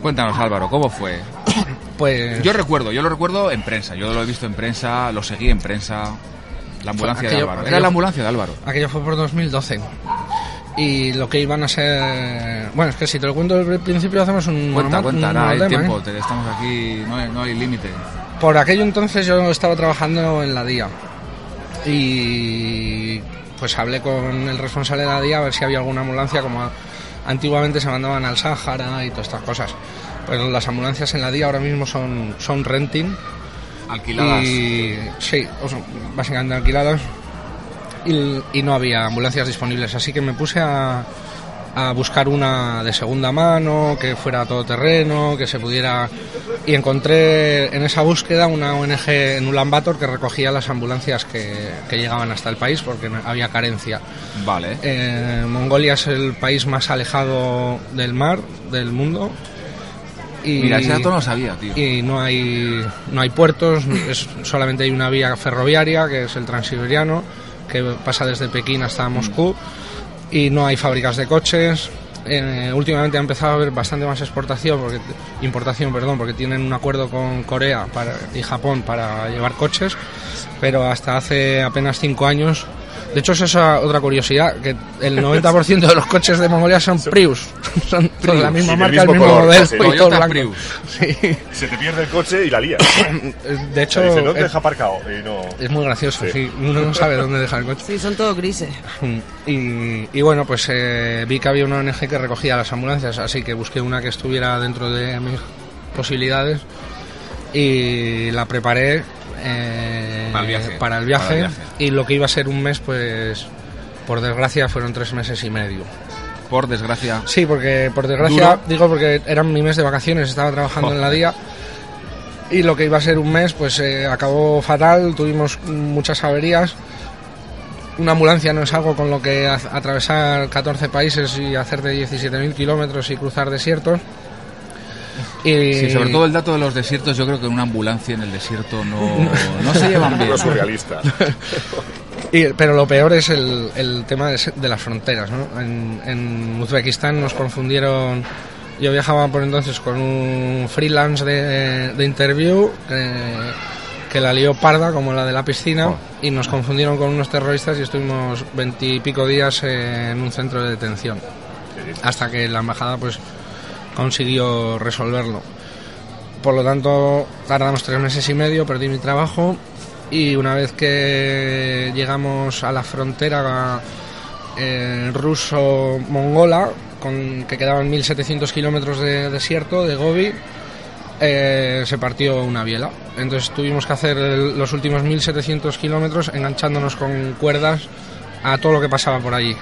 Cuéntanos, Álvaro, ¿cómo fue?
(coughs) Pues...
Yo recuerdo, yo lo recuerdo en prensa. Yo lo he visto en prensa, lo seguí en prensa. La ambulancia de
Aquello-
Álvaro. ¿eh? Era
aquello-
la ambulancia de Álvaro.
Aquello fue por 2012. Y lo que iban a ser... Bueno, es que si te lo cuento desde el principio hacemos un...
Cuenta,
monoma-
cuenta,
un
nada, hay
monotema,
tiempo,
¿eh?
te- estamos aquí, no hay, no hay límite.
Por aquello entonces yo estaba trabajando en la DIA. Y pues hablé con el responsable de la DIA a ver si había alguna ambulancia como a- antiguamente se mandaban al Sáhara y todas estas cosas. Pues las ambulancias en la DIA ahora mismo son, son renting,
Alquiladas.
y sí, o sea, básicamente alquiladas y, y no había ambulancias disponibles, así que me puse a, a buscar una de segunda mano, que fuera todoterreno, que se pudiera... Y encontré en esa búsqueda una ONG en Ulan Bator que recogía las ambulancias que, que llegaban hasta el país porque no- había carencia.
Vale.
Eh, Mongolia es el país más alejado del mar, del mundo. Y
Mira, ese dato no lo sabía, tío.
y no hay no hay puertos, es, solamente hay una vía ferroviaria que es el Transiberiano que pasa desde Pekín hasta Moscú y no hay fábricas de coches. Eh, últimamente ha empezado a haber bastante más exportación porque importación, perdón, porque tienen un acuerdo con Corea para, y Japón para llevar coches, pero hasta hace apenas cinco años. De hecho, es esa otra curiosidad, que el 90% de los coches de Mongolia son Prius. (laughs) Son de la misma
y del
marca, el
mismo
mismo
color,
modelo
sí.
y todo
Toyota
blanco.
Prius.
Sí.
Se te pierde el coche y la lía.
(laughs) De hecho,
Dice, ¿dónde
es,
deja aparcado? Y no...
es muy gracioso,
Sí.
sí. Uno no sabe dónde dejar el coche.
Sí, son todos grises.
(laughs) Y, y bueno, pues eh, vi que había una ONG que recogía las ambulancias, así que busqué una que estuviera dentro de mis posibilidades y la preparé eh,
Para el viaje.
para el viaje,
Para el viaje.
Y lo que iba a ser un mes, pues por desgracia fueron tres meses y medio.
Por desgracia.
Sí, porque por desgracia,
Duro.
digo porque era mi mes de vacaciones, estaba trabajando en la día y lo que iba a ser un mes pues eh, acabó fatal, tuvimos muchas averías. Una ambulancia no es algo con lo que a- atravesar 14 países y hacerte 17.000 kilómetros y cruzar desiertos. Y
Sí, sobre todo el dato de los desiertos, yo creo que una ambulancia en el desierto
(laughs)
no, no se (laughs) llevan bien.
No es surrealista.
Y- pero lo peor es el, el tema de, se- de las fronteras. ¿no? En, en Uzbekistán nos confundieron. Yo viajaba por entonces con un freelance de, de interview eh, que la lió parda, como la de la piscina, y nos confundieron con unos terroristas y estuvimos veintipico días eh, en un centro de detención. Hasta que la embajada pues consiguió resolverlo. Por lo tanto, tardamos tres meses y medio, perdí mi trabajo y una vez que llegamos a la frontera eh, ruso-mongola, con, que quedaban 1.700 kilómetros de desierto, de Gobi, eh, se partió una biela. Entonces tuvimos que hacer el- los últimos 1700 kilómetros enganchándonos con cuerdas a todo lo que pasaba por allí.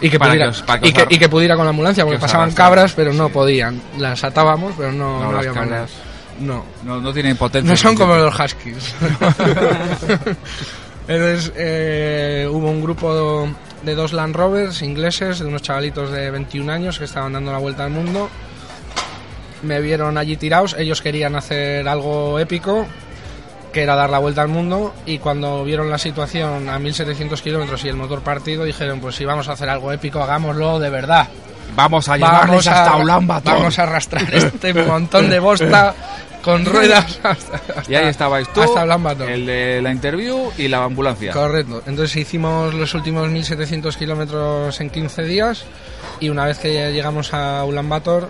Y que,
Para
pudiera,
que os- para que
y,
os
que,
ar-
y que pudiera con la ambulancia, porque
os
pasaban
arrastrara,
cabras, pero no
sí.
podían. Las atábamos, pero no,
No,
no
las
había manera.
cabras.
No.
No, no tienen potencia.
No son como los
(laughs)
huskies. Entonces eh, hubo un grupo de dos Land Rovers ingleses, de unos chavalitos de 21 años que estaban dando la vuelta al mundo. Me vieron allí tirados, ellos querían hacer algo épico, que era dar la vuelta al mundo, y cuando vieron la situación a 1700 kilómetros y el motor partido, dijeron, pues si vamos a hacer algo épico, hagámoslo de verdad
Vamos a llevarlos hasta Ulan Bator.
vamos a arrastrar
(laughs)
este montón de bosta con ruedas hasta, hasta-
Y ahí estabais tú,
hasta Ulan Bator.
el de la interview y la ambulancia.
Correcto. Entonces hicimos los últimos 1700 kilómetros en 15 días y una vez que llegamos a Ulan Bator,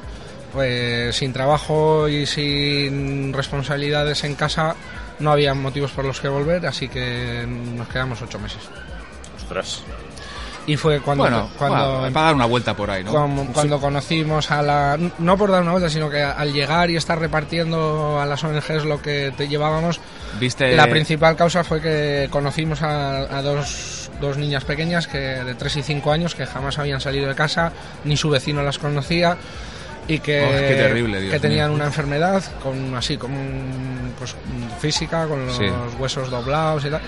pues sin trabajo y sin responsabilidades en casa, no había motivos por los que volver, así que nos quedamos ocho meses.
Ostras.
Y fue cuando,
Bueno,
cuando
bueno, para dar una vuelta por ahí, ¿no?
Cuando, cuando conocimos a la. No por dar una vuelta, sino que al llegar y estar repartiendo a las ONGs lo que te llevábamos,
Viste
la principal causa fue que conocimos a, a dos, dos niñas pequeñas que de 3 y 5 años que jamás habían salido de casa, ni su vecino las conocía y que,
Oh, qué terrible, Dios
que tenían
mío.
una enfermedad con así como un- pues, un física, con los
Sí.
huesos doblados y tal.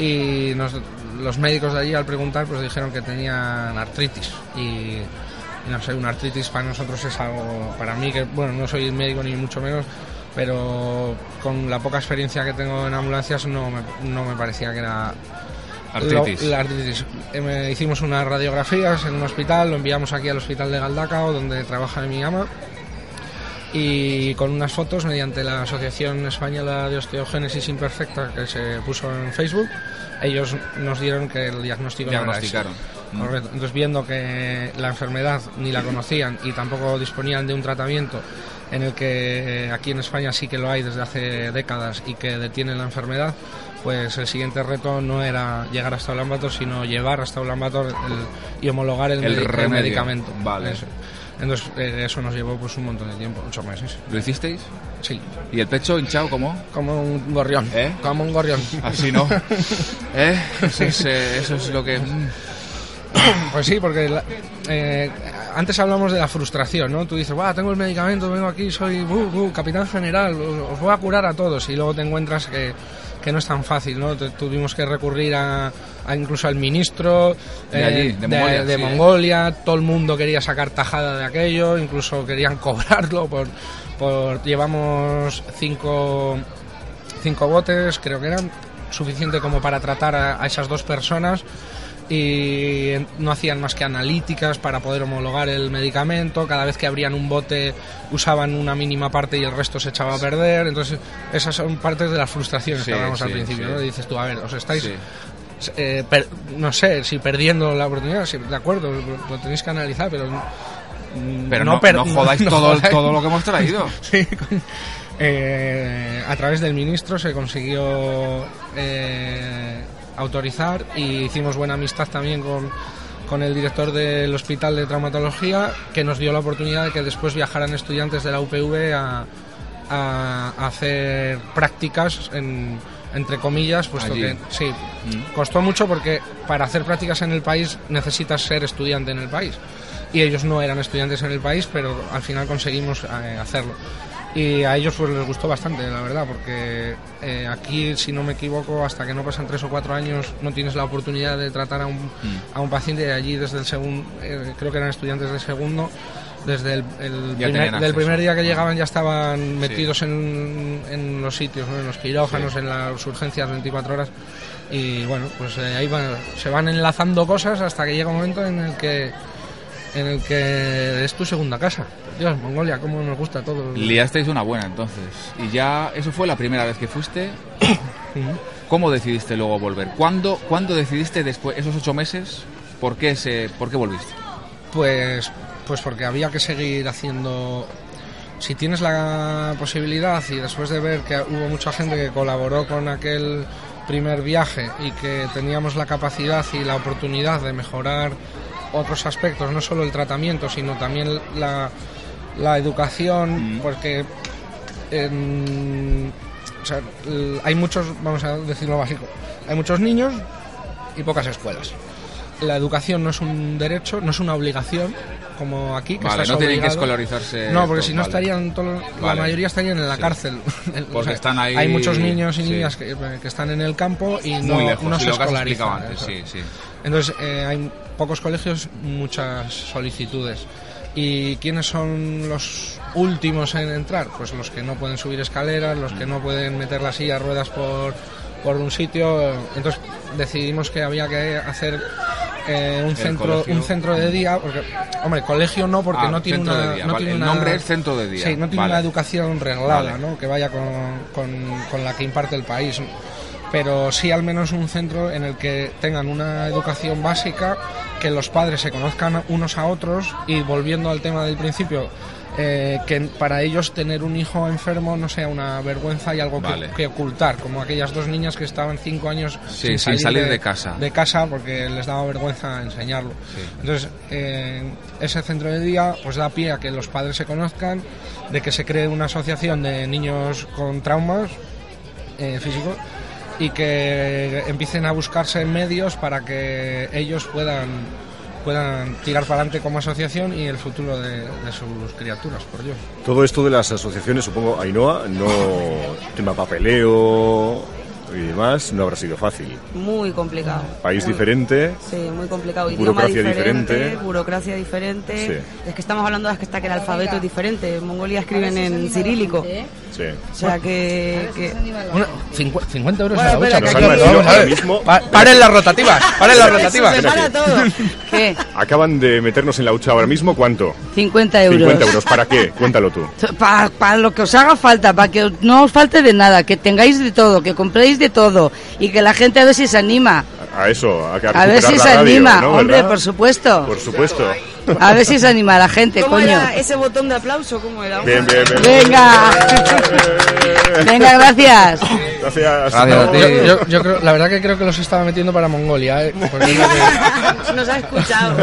Y nos- los médicos de allí al preguntar pues dijeron que tenían artritis y y no sé, una artritis para nosotros es algo, para mí que, bueno, no soy médico ni mucho menos, pero con la poca experiencia que tengo en ambulancias no me, no me parecía que era
artritis.
lo- la artritis. Eh, me- hicimos unas radiografías en un hospital, lo enviamos aquí al hospital de Galdacao, donde trabaja mi ama. Y con unas fotos mediante la Asociación Española de Osteogénesis Imperfecta que se puso en Facebook, ellos nos dieron que el diagnóstico no era ese.
Diagnosticaron. Mm.
Correcto. Entonces, viendo que la enfermedad ni la conocían y tampoco disponían de un tratamiento en el que eh, aquí en España sí que lo hay desde hace décadas y que detiene la enfermedad, pues el siguiente reto no era llegar hasta Ulan Bator, sino llevar hasta Ulan Bator el- y homologar el,
El
medi- el
remedio.
medicamento.
Vale.
Eso. Entonces, eh, eso nos llevó pues un montón de tiempo, ocho meses.
¿Lo hicisteis?
Sí,
¿Y el pecho hinchado cómo?
como un gorrión.
¿Eh?
Como un gorrión. (laughs)
Así no. ¿Eh? Eso es, eh, eso es lo que. mm.
(coughs) Pues sí, porque la- eh, antes hablamos de la frustración, ¿no? Tú dices, guau, tengo el medicamento, vengo aquí, soy bu, bu, capitán general, os os voy a curar a todos. Y luego te encuentras que, que no es tan fácil, ¿no? Te- tuvimos que recurrir a, a incluso al ministro eh,
De allí, de Mongolia, sí.
Mongolia, todo el mundo quería sacar tajada de aquello, incluso querían (laughs) cobrarlo por... por llevamos cinco cinco botes, creo que eran suficiente como para tratar a, a esas dos personas y en- no hacían más que analíticas para poder homologar el medicamento, cada vez que abrían un bote usaban una mínima parte y el resto se echaba a perder, entonces esas son partes de las frustraciones
Sí,
que hablamos al
sí,
principio,
sí.
¿no? dices tú, a ver, os estáis
Sí.
eh, per- no sé, si perdiendo la oportunidad, si- de acuerdo, lo, lo tenéis que analizar, pero mm,
Pero no,
per-
no
(laughs)
jodáis
no
todo,
jodáis.
todo lo que
(laughs)
hemos traído.
Sí, con- eh, a través del ministro se consiguió eh, autorizar y hicimos buena amistad también con, con el director del Hospital de Traumatología, que nos dio la oportunidad de que después viajaran estudiantes de la UPV a, a hacer prácticas en- entre comillas, puesto
Allí.
que sí, Mm. costó mucho porque para hacer prácticas en el país necesitas ser estudiante en el país. Y ellos no eran estudiantes en el país, pero al final conseguimos eh, hacerlo. Y a ellos pues les gustó bastante, la verdad, porque eh, aquí, si no me equivoco, hasta que no pasan tres o cuatro años no tienes la oportunidad de tratar a un,
Mm.
a un paciente de allí desde el segundo, creo que eran estudiantes de segundo, desde el, el
Ya
primer,
tenían
del
acceso.
primer dmer día que llegaban ya estaban metidos en, en los sitios, ¿no? en los quirófanos, en las urgencias 24 horas. Y bueno, pues eh, ahí van, se van enlazando cosas hasta que llega un momento en el que en el que es tu segunda casa. Dios, Mongolia, cómo nos gusta todo.
Liasteis una buena entonces. Y ya, eso fue la primera vez que fuiste.
Ujú.
¿Cómo decidiste luego volver? ¿Cuándo, cuándo decidiste después, esos ocho meses, por qué, se, por qué volviste?
Pues, pues porque había que seguir haciendo. Si tienes la posibilidad y después de ver que hubo mucha gente que colaboró con aquel primer viaje y que teníamos la capacidad y la oportunidad de mejorar otros aspectos, no
Mm.
solo el tratamiento, sino también la, la educación, porque en- o sea, l- hay muchos, vamos a decirlo básico, hay muchos niños y pocas escuelas. La educación no es un derecho, no es una obligación, como aquí. Que
Vale,
estás
no tienen que
obligado.
escolarizarse.
No, porque
todos,
si no
vale.
estarían todos, la
Vale.
mayoría estarían en la
Sí.
cárcel. (laughs) El- o
Porque
sea,
están ahí-
Hay muchos niños y
sí.
niñas que, que están en el campo y no,
Muy lejos,
no
sí,
se
lo que has explicado
escolarizan. ¿eh?
antes,
eso.
sí, sí.
Entonces, eh, hay pocos colegios, muchas solicitudes. ¿Y quiénes son los últimos en entrar? Pues los que no pueden subir escaleras, los que no pueden meter las sillas ruedas por, por un sitio. Entonces decidimos que había que hacer eh, un,
El
centro,
colegio.
un centro de día, porque, hombre, colegio no, porque
Ah,
no tiene
centro de
una...
día,
no
vale.
tiene
El
una-
nombre es centro de día,
Sí, no tiene
vale.
una educación reglada,
Vale.
¿no? Que vaya con, con- con la que imparte el país. Pero sí al menos un centro en el que tengan una educación básica, que los padres se conozcan unos a otros y volviendo al tema del principio, eh, que para ellos tener un hijo enfermo no sea una vergüenza y algo que-
Vale.
que, ocultar, como aquellas dos niñas que estaban cinco años
Sí, sin salir de casa.
de casa porque les daba vergüenza enseñarlo.
Sí.
Entonces, eh, ese centro de día pues da pie a que los padres se conozcan, de que se cree una asociación de niños con traumas eh, físicos y que empiecen a buscarse medios para que ellos puedan puedan tirar para adelante como asociación y el futuro de, de sus criaturas, por Dios.
Todo esto de las asociaciones, supongo, Ainhoa, no tema papeleo y demás, no habrá sido fácil.
Muy complicado.
País
Muy-
diferente,
Sí, muy complicado.
Burocracia
Idioma diferente,
diferente.
burocracia diferente.
Sí.
Es que estamos hablando de que hasta que el alfabeto es diferente. En Mongolia escriben en cirílico.
sí.
O sea que, que-
Bueno, 50, euros
Bueno,
a la ducha,
espera,
Nos
que
han
aquí-
vamos a
metido
ver.
ahora mismo.
Pa- paren las rotativas,
(laughs)
paren las rotativas. (laughs)
se para todo. ¿Qué?
Acaban de meternos en la hucha ahora mismo, ¿cuánto?
50 euros.
50 euros. ¿Para qué? Cuéntalo tú.
Para lo que os haga falta, para que no os falte de nada, que tengáis de todo, que compréis de todo y que la gente a ver si se anima.
A eso, a, que-
A ver si
recuperar
se
la radio,
anima,
¿no?
hombre,
¿Verdad?
por supuesto.
Por supuesto.
A ver si se anima la gente,
¿Cómo
coño.
era ese botón de aplauso? ¿Cómo era?
Bien, bien, bien.
Venga.
Ah. Eh,
Venga, gracias.
Gracias.
Gracias a ti.
Yo, yo- yo creo, la verdad que creo que los estaba metiendo para Mongolia. ¿eh? Porque es lo que-
Nos ha escuchado.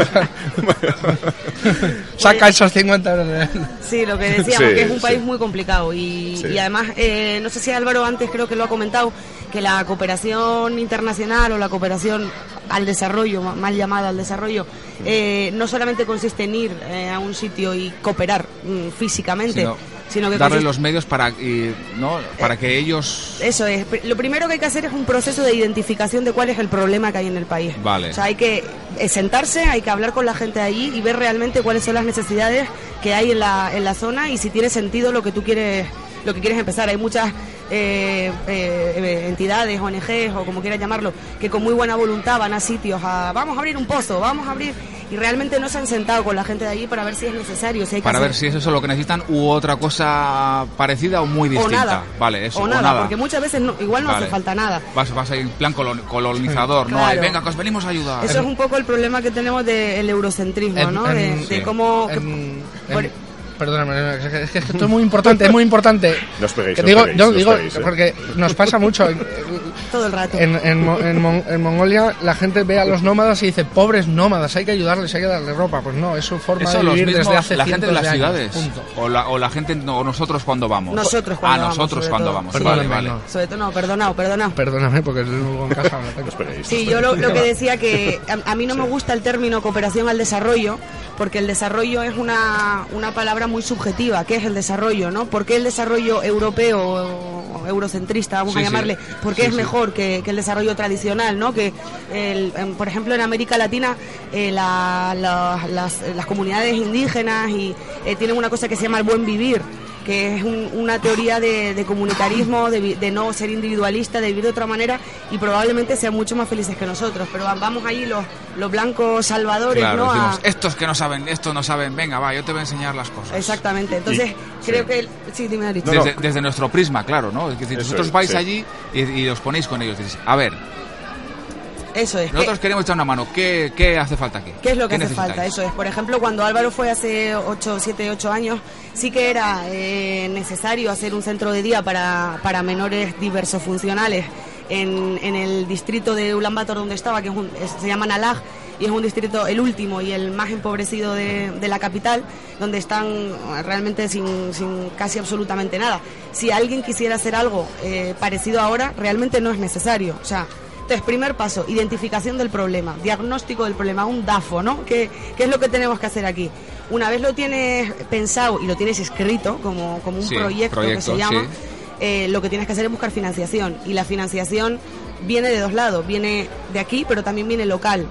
(laughs) Saca esos 50 euros de-
Sí, lo que decíamos,
Sí,
que es un
sí.
país muy complicado y,
Sí.
y además, eh, no sé si Álvaro antes creo que lo ha comentado, que la cooperación internacional o la cooperación al desarrollo, ma- mal llamada al desarrollo, eh, no solamente consiste en ir eh, a un sitio y cooperar mm, físicamente,
Sino
sino, que
darle
consiste-
los medios para, y, ¿no? para que ellos.
Eso es. Pr- Lo primero que hay que hacer es un proceso de identificación de cuál es el problema que hay en el país.
Vale.
O sea, hay que eh, sentarse, hay que hablar con la gente de allí y ver realmente cuáles son las necesidades que hay en la, en la zona y si tiene sentido lo que tú quieres, lo que quieres empezar. Hay muchas eh, eh, entidades, ONGs o como quieras llamarlo, que con muy buena voluntad van a sitios a vamos a abrir un pozo, vamos a abrir y realmente no se han sentado con la gente de allí para ver si es necesario, si hay que
Para
hacer-
ver si es eso lo que necesitan u otra cosa parecida o muy distinta.
o nada.
Vale, eso,
o nada, porque muchas veces no- igual no
Vale.
hace falta nada.
Vas, vas a ir en plan colon- colonizador, ¿no?
Claro.
Ay, venga, que os venimos a ayudar.
Eso es un poco el problema que tenemos del eurocentrismo,
Ah, En-
¿no?
en-
de, de
sí.
cómo... que-
en-
por-
en- Perdóname, es que, es que esto es muy importante, es muy importante.
No os peguéis,
Que
no
digo,
os peguéis,
no,
no os
digo,
peguéis, eh.
porque nos pasa mucho. En,
todo el rato.
en- en Mo- en Mon- en Mongolia la gente ve a los nómadas y dice, pobres nómadas, hay que ayudarles, hay que darle ropa. Pues no, es su forma
Eso
de
los
vivir
mismos,
desde hace
la gente de
cientos
las
años,
ciudades.
punto.
O la, o la gente, no, o nosotros cuando vamos.
Nosotros cuando
Ah,
vamos,
nosotros
sobre
cuando
todo.
vamos.
Sí.
Vale,
Perdóname,
vale.
no.
Sobre todo, no, perdonado, perdonado.
Perdóname porque el luego en casa no tengo.
Os peguéis.
Sí, yo lo, lo que decía que a, a mí no me gusta el término cooperación al desarrollo, porque el desarrollo es una, una palabra muy subjetiva. ¿Qué es el desarrollo, no? ¿Por qué el desarrollo europeo o eurocentrista, vamos
Sí,
a
sí.
llamarle? ¿Por qué
Sí,
es
sí.
mejor que, que el desarrollo tradicional, no? Que, el- en- por ejemplo, en América Latina eh, la- la- las, eh, las comunidades indígenas y eh, tienen una cosa que se llama el buen vivir que es un- una teoría de, de comunitarismo, de, vi- de no ser individualista, de vivir de otra manera y probablemente sean mucho más felices que nosotros. Pero vamos allí los, los blancos salvadores,
Claro,
¿no?
decimos, eh,
A-
estos que no saben, estos no saben, venga, va, yo te voy a enseñar las cosas.
Exactamente. Entonces, creo que... el- Sí, dime, Ari.
Desde, desde nuestro prisma, claro, ¿no? Es decir,
Eso
vosotros
es,
vais
sí.
allí y, y os ponéis con ellos. Dices, a ver,
Eso es.
nosotros queremos echar una mano, ¿qué, qué hace falta aquí?
¿Qué es lo que hace
necesitáis?
falta? Eso es. Por ejemplo, cuando Álvaro fue hace 8, 7, 8 años, sí que era eh, necesario hacer un centro de día para, para menores diversos funcionales en, en el distrito de Ulaanbaatar donde estaba, que es un- es- se llama Nalag, y es un distrito el último y el más empobrecido de, de la capital, donde están eh, realmente sin, sin casi absolutamente nada. Si alguien quisiera hacer algo eh, parecido ahora, realmente no es necesario. O sea, entonces, primer paso, identificación del problema, diagnóstico del problema, un DAFO, ¿no? ¿Qué, qué es lo que tenemos que hacer aquí? Una vez lo tienes pensado y lo tienes escrito como, como un
Sí,
proyecto, que
proyecto,
se llama,
sí.
eh, lo que tienes que hacer es buscar financiación. Y la financiación viene de dos lados, viene de aquí, pero también viene local.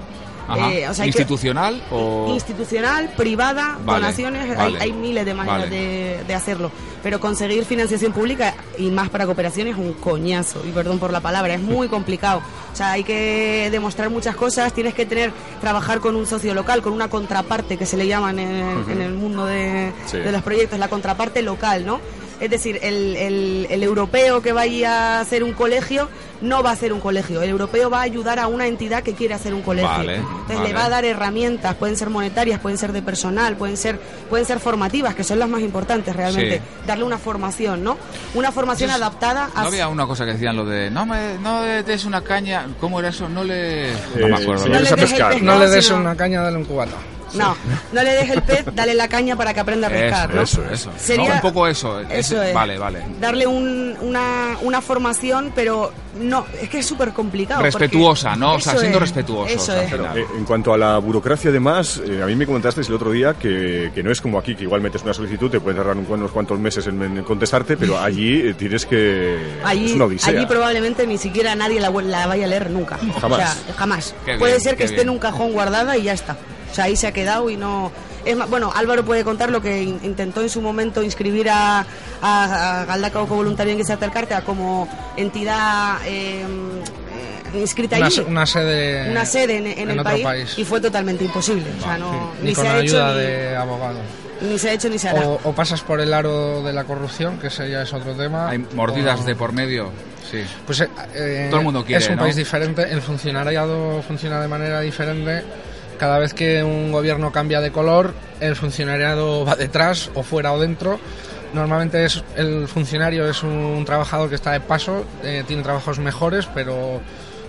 Ajá.
Eh, o sea, hay que-
¿Institucional o...?
institucional, privada,
Vale,
donaciones, hay-
vale.
hay, miles de maneras
Vale.
de, de hacerlo. Pero conseguir financiación pública y más para cooperación es un coñazo, y perdón por la palabra, es
(laughs)
muy complicado. O sea, hay que demostrar muchas cosas, tienes que tener, trabajar con un socio local, con una contraparte que se le llaman en, en el mundo de,
Sí.
de los proyectos, la contraparte local, ¿no? Es decir, el, el- el europeo que vaya a hacer un colegio no va a ser un colegio, el europeo va a ayudar a una entidad que quiere hacer un colegio.
Vale,
Entonces
vale.
le va a dar dar herramientas, pueden ser monetarias, pueden ser de personal, pueden ser, pueden ser formativas, que son las más importantes realmente.
Sí.
Darle una formación, ¿no? Una formación
Entonces,
adaptada a...
No había una cosa que decían lo de no me no le des una caña, ¿cómo era eso? No le no
Eh,
me
señores
acuerdo.
No
a
le dejes
pescar.
pescar.
No le des
sino-
una caña, dale un cubata.
No, no le
(laughs)
dejes el pez, dale la caña para que aprenda a pescar, ¿no?
Eso, eso. No,
Sería-
un poco eso. es-
Eso es.
Vale, vale.
Darle un- una, una formación, pero no, es que es súper complicado. porque-
Respetuosa, ¿no? O sea,
Eso
siendo
es,
respetuosos
Eso
al
es.
final.
Eh, en cuanto a la burocracia, además, eh, a mí me comentasteis el otro día que, que no es como aquí, que igual metes una solicitud, te pueden tardar un- unos cuantos meses en, en contestarte, pero allí eh, tienes que... es
Allí,
una odisea.
allí probablemente ni siquiera nadie la, vu- la vaya a leer nunca.
Jamás.
O sea, jamás.
Qué
Puede
bien,
ser
qué
que esté
bien.
en un cajón guardada y ya está. O sea, ahí se ha quedado y no... Es más, bueno, Álvaro puede contar lo que in- intentó en su momento inscribir a, a, a Galdacao como voluntario en Guisarte Carta como entidad eh, eh, inscrita
Una,
allí.
se- una sede,
Una sede en, en el
otro
país,
país.
y fue totalmente imposible. O sea, no,
Ni
ni,
con
se ha hecho,
ayuda
ni,
de abogado.
ni se ha hecho ni se hará.
O, o pasas por el aro de la corrupción, que ese ya es otro tema.
Hay mordidas
o-
de por medio. Sí.
Pues eh, eh,
Todo el mundo quiere,
es un
¿no?
país diferente, el funcionariado funciona de manera diferente. Cada vez que un gobierno cambia de color, el funcionariado va detrás o fuera o dentro. Normalmente es, el funcionario es un trabajador que está de paso, eh, tiene trabajos mejores, pero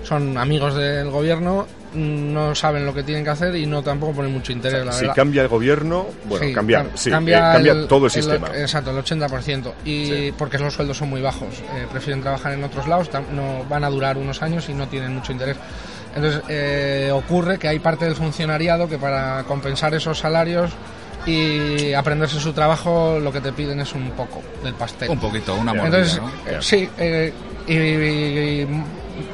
son amigos del gobierno, no saben lo que tienen que hacer y no tampoco ponen mucho interés, la
Si
verdad.
cambia el gobierno, bueno,
Sí,
cambia,
cam-
sí, eh, cambia,
el-
todo el sistema.
exacto, el 80%. Y
Sí.
porque los sueldos son muy bajos. eh, prefieren trabajar en otros lados, tam- no van a durar unos años y no tienen mucho interés. Entonces, eh, ocurre que hay parte del funcionariado que para compensar esos salarios y aprenderse su trabajo, lo que te piden es un poco del pastel.
Un poquito, una mordida,
Entonces,
¿no?
eh, sí, eh, y, y- y, mm,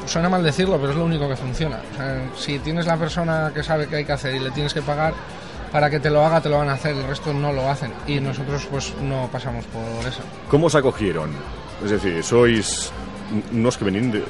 suena mal decirlo, pero es lo único que funciona. O sea, si tienes la persona que sabe qué hay que hacer y le tienes que pagar para que te lo haga, te lo van a hacer, el resto no lo hacen. Y nosotros pues no pasamos por eso.
¿Cómo os acogieron? Es decir, sois un- unos que venían de, de-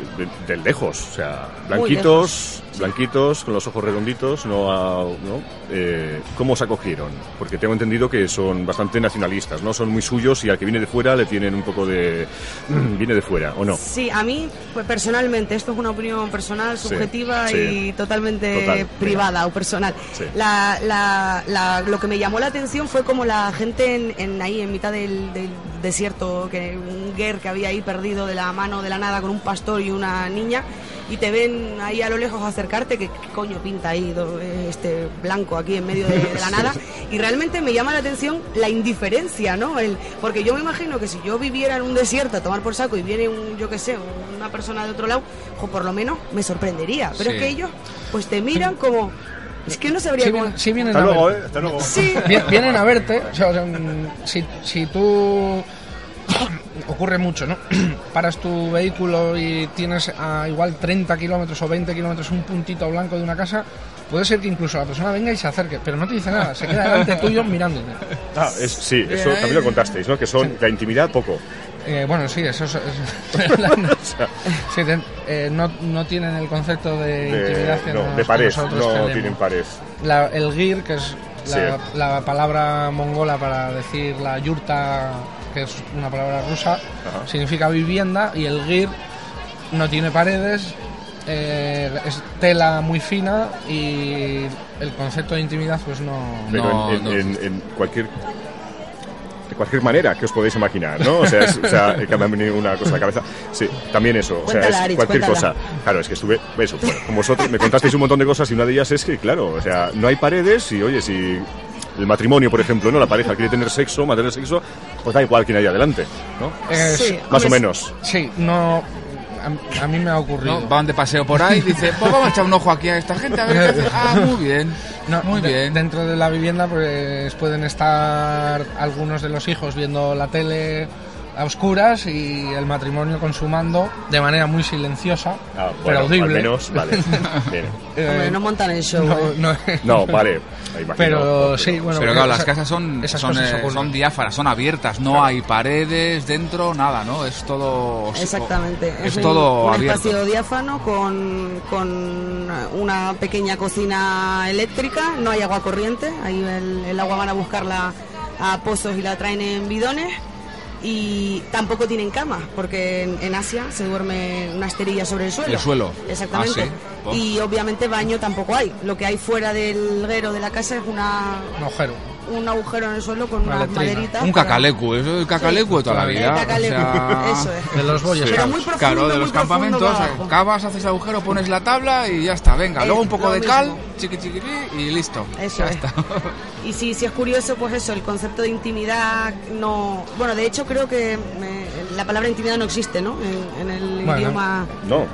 de lejos, o sea, blanquitos, blanquitos, con los ojos redonditos, no, a- ¿no? Eh, ¿Cómo os acogieron? Porque tengo entendido que son bastante nacionalistas, ¿no? Son muy suyos y al que viene de fuera le tienen un poco de... (clears throat) mm, viene de fuera, ¿o no?
Sí, a mí pues, personalmente, esto es una opinión personal,
Sí,
subjetiva
sí.
y totalmente
Total, venga.
privada o personal.
Sí.
La- la- la- lo que me llamó la atención fue como la gente en, en ahí, en mitad del, del desierto, que un guer que había ahí perdido de la mano de la nada con un pastor y una niña, y te ven ahí a lo lejos acercarte, que ¿qué coño pinta ahí do- eh, este blanco aquí en medio de, de la nada. Y realmente me llama la atención la indiferencia, ¿no? El, porque yo me imagino que si yo viviera en un desierto a tomar por saco y viene un, yo qué sé, una persona de otro lado, o por lo menos me sorprendería. Pero
Sí.
es que ellos, pues te miran como. Es que no sabría
Sí,
cómo.
vienen- sí vienen
Hasta
a
luego,
ver-
¿eh? Hasta
(laughs)
luego.
Sí,
Vi- vienen a verte. o sea, o sea, mm, si, si tú. (coughs) Ocurre mucho, ¿no? (coughs) Paras tu vehículo y tienes a igual 30 kilómetros o 20 kilómetros un puntito blanco de una casa. Puede ser que incluso la persona venga y se acerque, pero no te dice nada, se queda delante tuyo mirándote.
Ah, es- sí, eso también lo contasteis, ¿no? Que son la intimidad poco.
Eh, bueno, sí, eso es.
(laughs)
es- Sí, ten- eh, no, no tienen el concepto de intimidad que,
no,
nos-
de
que
pares, no
nosotros tenemos.
tienen pares.
La- el gir, que es la,
Sí.
la palabra mongola para decir la yurta, que es una palabra rusa,
Ajá.
significa vivienda y el gir no tiene paredes, eh, es tela muy fina y el concepto de intimidad pues no...
Pero
No,
en, en-
no
en- en cualquier de cualquier manera que os podéis imaginar, ¿no? O sea, es- o sea, que me ha venido una cosa a la cabeza. Sí, también eso, o sea, es
Cuéntala, Aritz,
cualquier
cuéntala.
cosa. Claro, es que estuve, eso, bueno, con vosotros me contasteis un montón de cosas y una de ellas es que, claro, o sea, no hay paredes y, oye, si el matrimonio, por ejemplo, ¿no? La pareja quiere tener sexo, mantener sexo, pues da igual quién hay adelante, ¿no?
Es-
Sí.
Más o
Hombre,
menos.
Eh, Pues, Sí, no. A, a mí me ha ocurrido.
¿no? Van de paseo por ahí y dicen, pues vamos a echar un ojo aquí a esta gente a ver qué hace.
(laughs)
Ah, muy bien,
No,
muy
de-
bien.
Dentro de la vivienda pues pueden estar algunos de los hijos viendo la tele a oscuras y el matrimonio consumando de manera muy silenciosa,
Ah,
pero
bueno,
audible.
al menos,
(laughs)
vale. bien.
Eh,
Hombre, no montan el show.
no,
¿eh?
no,
No, vale, imagino.
pero sí, bueno.
Pero claro,
esas-
las casas son,
esas
son,
cosas
eh,
ocurren.
son diáfanas, son abiertas, no hay paredes dentro, nada, ¿no? Es todo...
Exactamente.
Es
un-
todo
un
abierto.
espacio diáfano con, con una pequeña cocina eléctrica. No hay agua corriente. Ahí el, el agua van a buscarla a pozos y la traen en bidones. Y tampoco tienen cama, porque en, en Asia se duerme una esterilla sobre el suelo.
El suelo.
Exactamente.
Ah, sí.
Y obviamente baño tampoco hay. Lo que hay fuera del guero de la casa es una,
Un agujero.
un agujero en el suelo con
Una
unas
letrina.
maderitas.
Un
para-
cacalecu, eso es el cacalecu de toda la
El
vida.
cacalecu,
o
(laughs)
sea,
eso es.
De los bollos.
Pero muy profundo,
claro, de
muy
los
profundo
campamentos,
va abajo. Eh,
cavas, haces agujero, pones la tabla y ya está, venga.
Es
Luego un poco
lo
de cal,
mismo.
chiqui chiquiri y listo.
Eso
ya
es.
está.
Y si, si es curioso, pues eso, el concepto de intimidad no... Bueno, de hecho creo que eh, la palabra intimidad no existe, ¿no? En, en el
Bueno.
idioma...
No,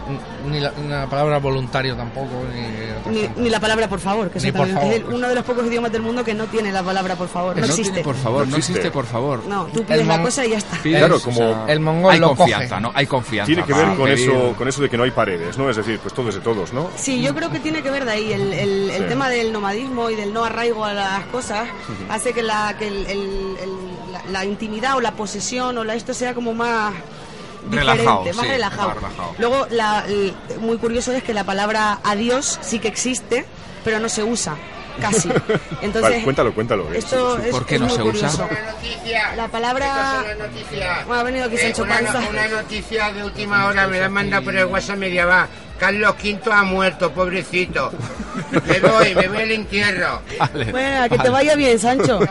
Ni la, ni la palabra voluntario tampoco, ni otras
Ni,
tantas.
ni la palabra por favor, que
Ni
eso
por
también
favor.
es el- uno de los pocos idiomas del mundo que no tiene la palabra por favor, no,
no
existe.
tiene, por favor,
No
no existe,
existe.
por favor.
No, tú pides la
mon-
cosa y ya está.
Pides,
Claro, como-
el mongol
hay
lo coge.
confianza, ¿no? Hay confianza.
tiene que ver
para
con
pedir.
eso, con eso de que no hay paredes, ¿no? Es decir, pues todo es de todos, ¿no?
Sí, yo creo que tiene que ver de ahí. El, el- el
Sí.
tema del nomadismo y del no arraigo a las cosas hace que, la, que el- el- el- la, la intimidad o la posesión o la esto sea como más diferente,
Relajado,
más,
sí,
relajado.
más relajado.
Luego, la- el- muy curioso es que la palabra adiós sí que existe, pero no se usa
(laughs)
casi. Entonces,
Vale, cuéntalo, cuéntalo. eh.
esto
sí.
es,
¿Por qué
es
no
muy
se usa?
curioso.
Una noticia.
La palabra-
Estas son las noticias.
Bueno, ha venido aquí Sancho
una,
Panza.
una noticia de última hora me la manda por el WhatsApp media va. Carlos V ha muerto, pobrecito. Me voy, me voy al entierro.
Vale,
Bueno, que te
vale.
vaya bien,
(laughs)
Sancho. (laughs)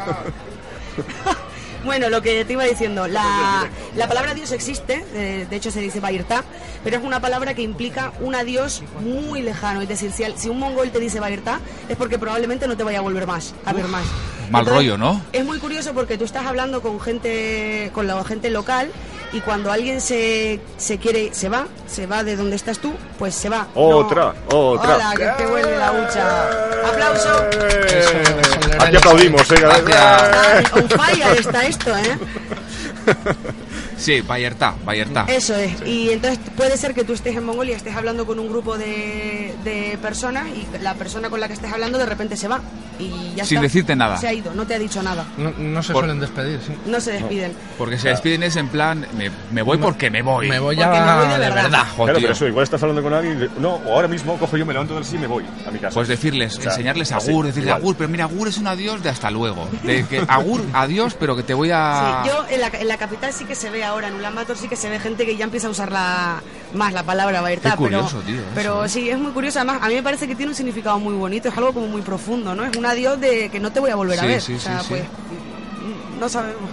Bueno, lo que te iba diciendo, la, la palabra Dios existe, eh, de hecho se dice Bayertá, pero es una palabra que implica un adiós muy lejano. Es decir, si, al- si un mongol te dice Bayertá, es porque probablemente no te vaya a volver más, a ver más.
mal rollo, ¿no?
Es muy curioso porque tú estás hablando con gente, con la gente local y cuando alguien se, se quiere, se va, se va de donde estás tú, pues se va. No.
Otra, otra.
Hola, que te vuelve la hucha. Aplauso.
Eh,
Eso, eso,
Aquí aplaudimos, eh.
Gracias.
Ay, on fire está esto, ¿eh?
Sí, Bayertá, Bayertá.
Eso es. Y entonces puede ser que tú estés en Mongolia, estés hablando con un grupo de, de personas y la persona con la que estés hablando de repente se va. Y ya
Sin
está.
decirte nada.
Se ha ido, no te ha dicho nada.
No, no se
Por-
suelen despedir, sí.
No se despiden.
Porque se despiden es en plan, me, me voy porque me voy.
Me voy
Porque
ya
me voy de
de
verdad.
verdad.
Joder,
Claro,
Ah, tío.
pero eso, igual estás hablando con alguien y de- no, o ahora mismo cojo yo, me levanto del sí y me voy a mi casa.
Pues decirles,
O sea,
enseñarles
así,
Agur, decirle
igual.
Agur, pero mira, Agur es un adiós de hasta luego. De que Agur, adiós, pero que te voy a...
Sí, yo en la, en la capital sí que se ve ahora, en Ulan Bator sí que se ve gente que ya empieza a usar la, más la palabra Bayertá.
Qué curioso,
pero,
tío, eso,
Pero
¿eh?
sí, es muy curioso. Además, a mí me parece que tiene un significado muy bonito, es algo como muy profundo, ¿no? Es un adiós de que no te voy a volver
Sí,
a ver.
sí,
o sea,
sí, sí.
pues mm, no sabemos.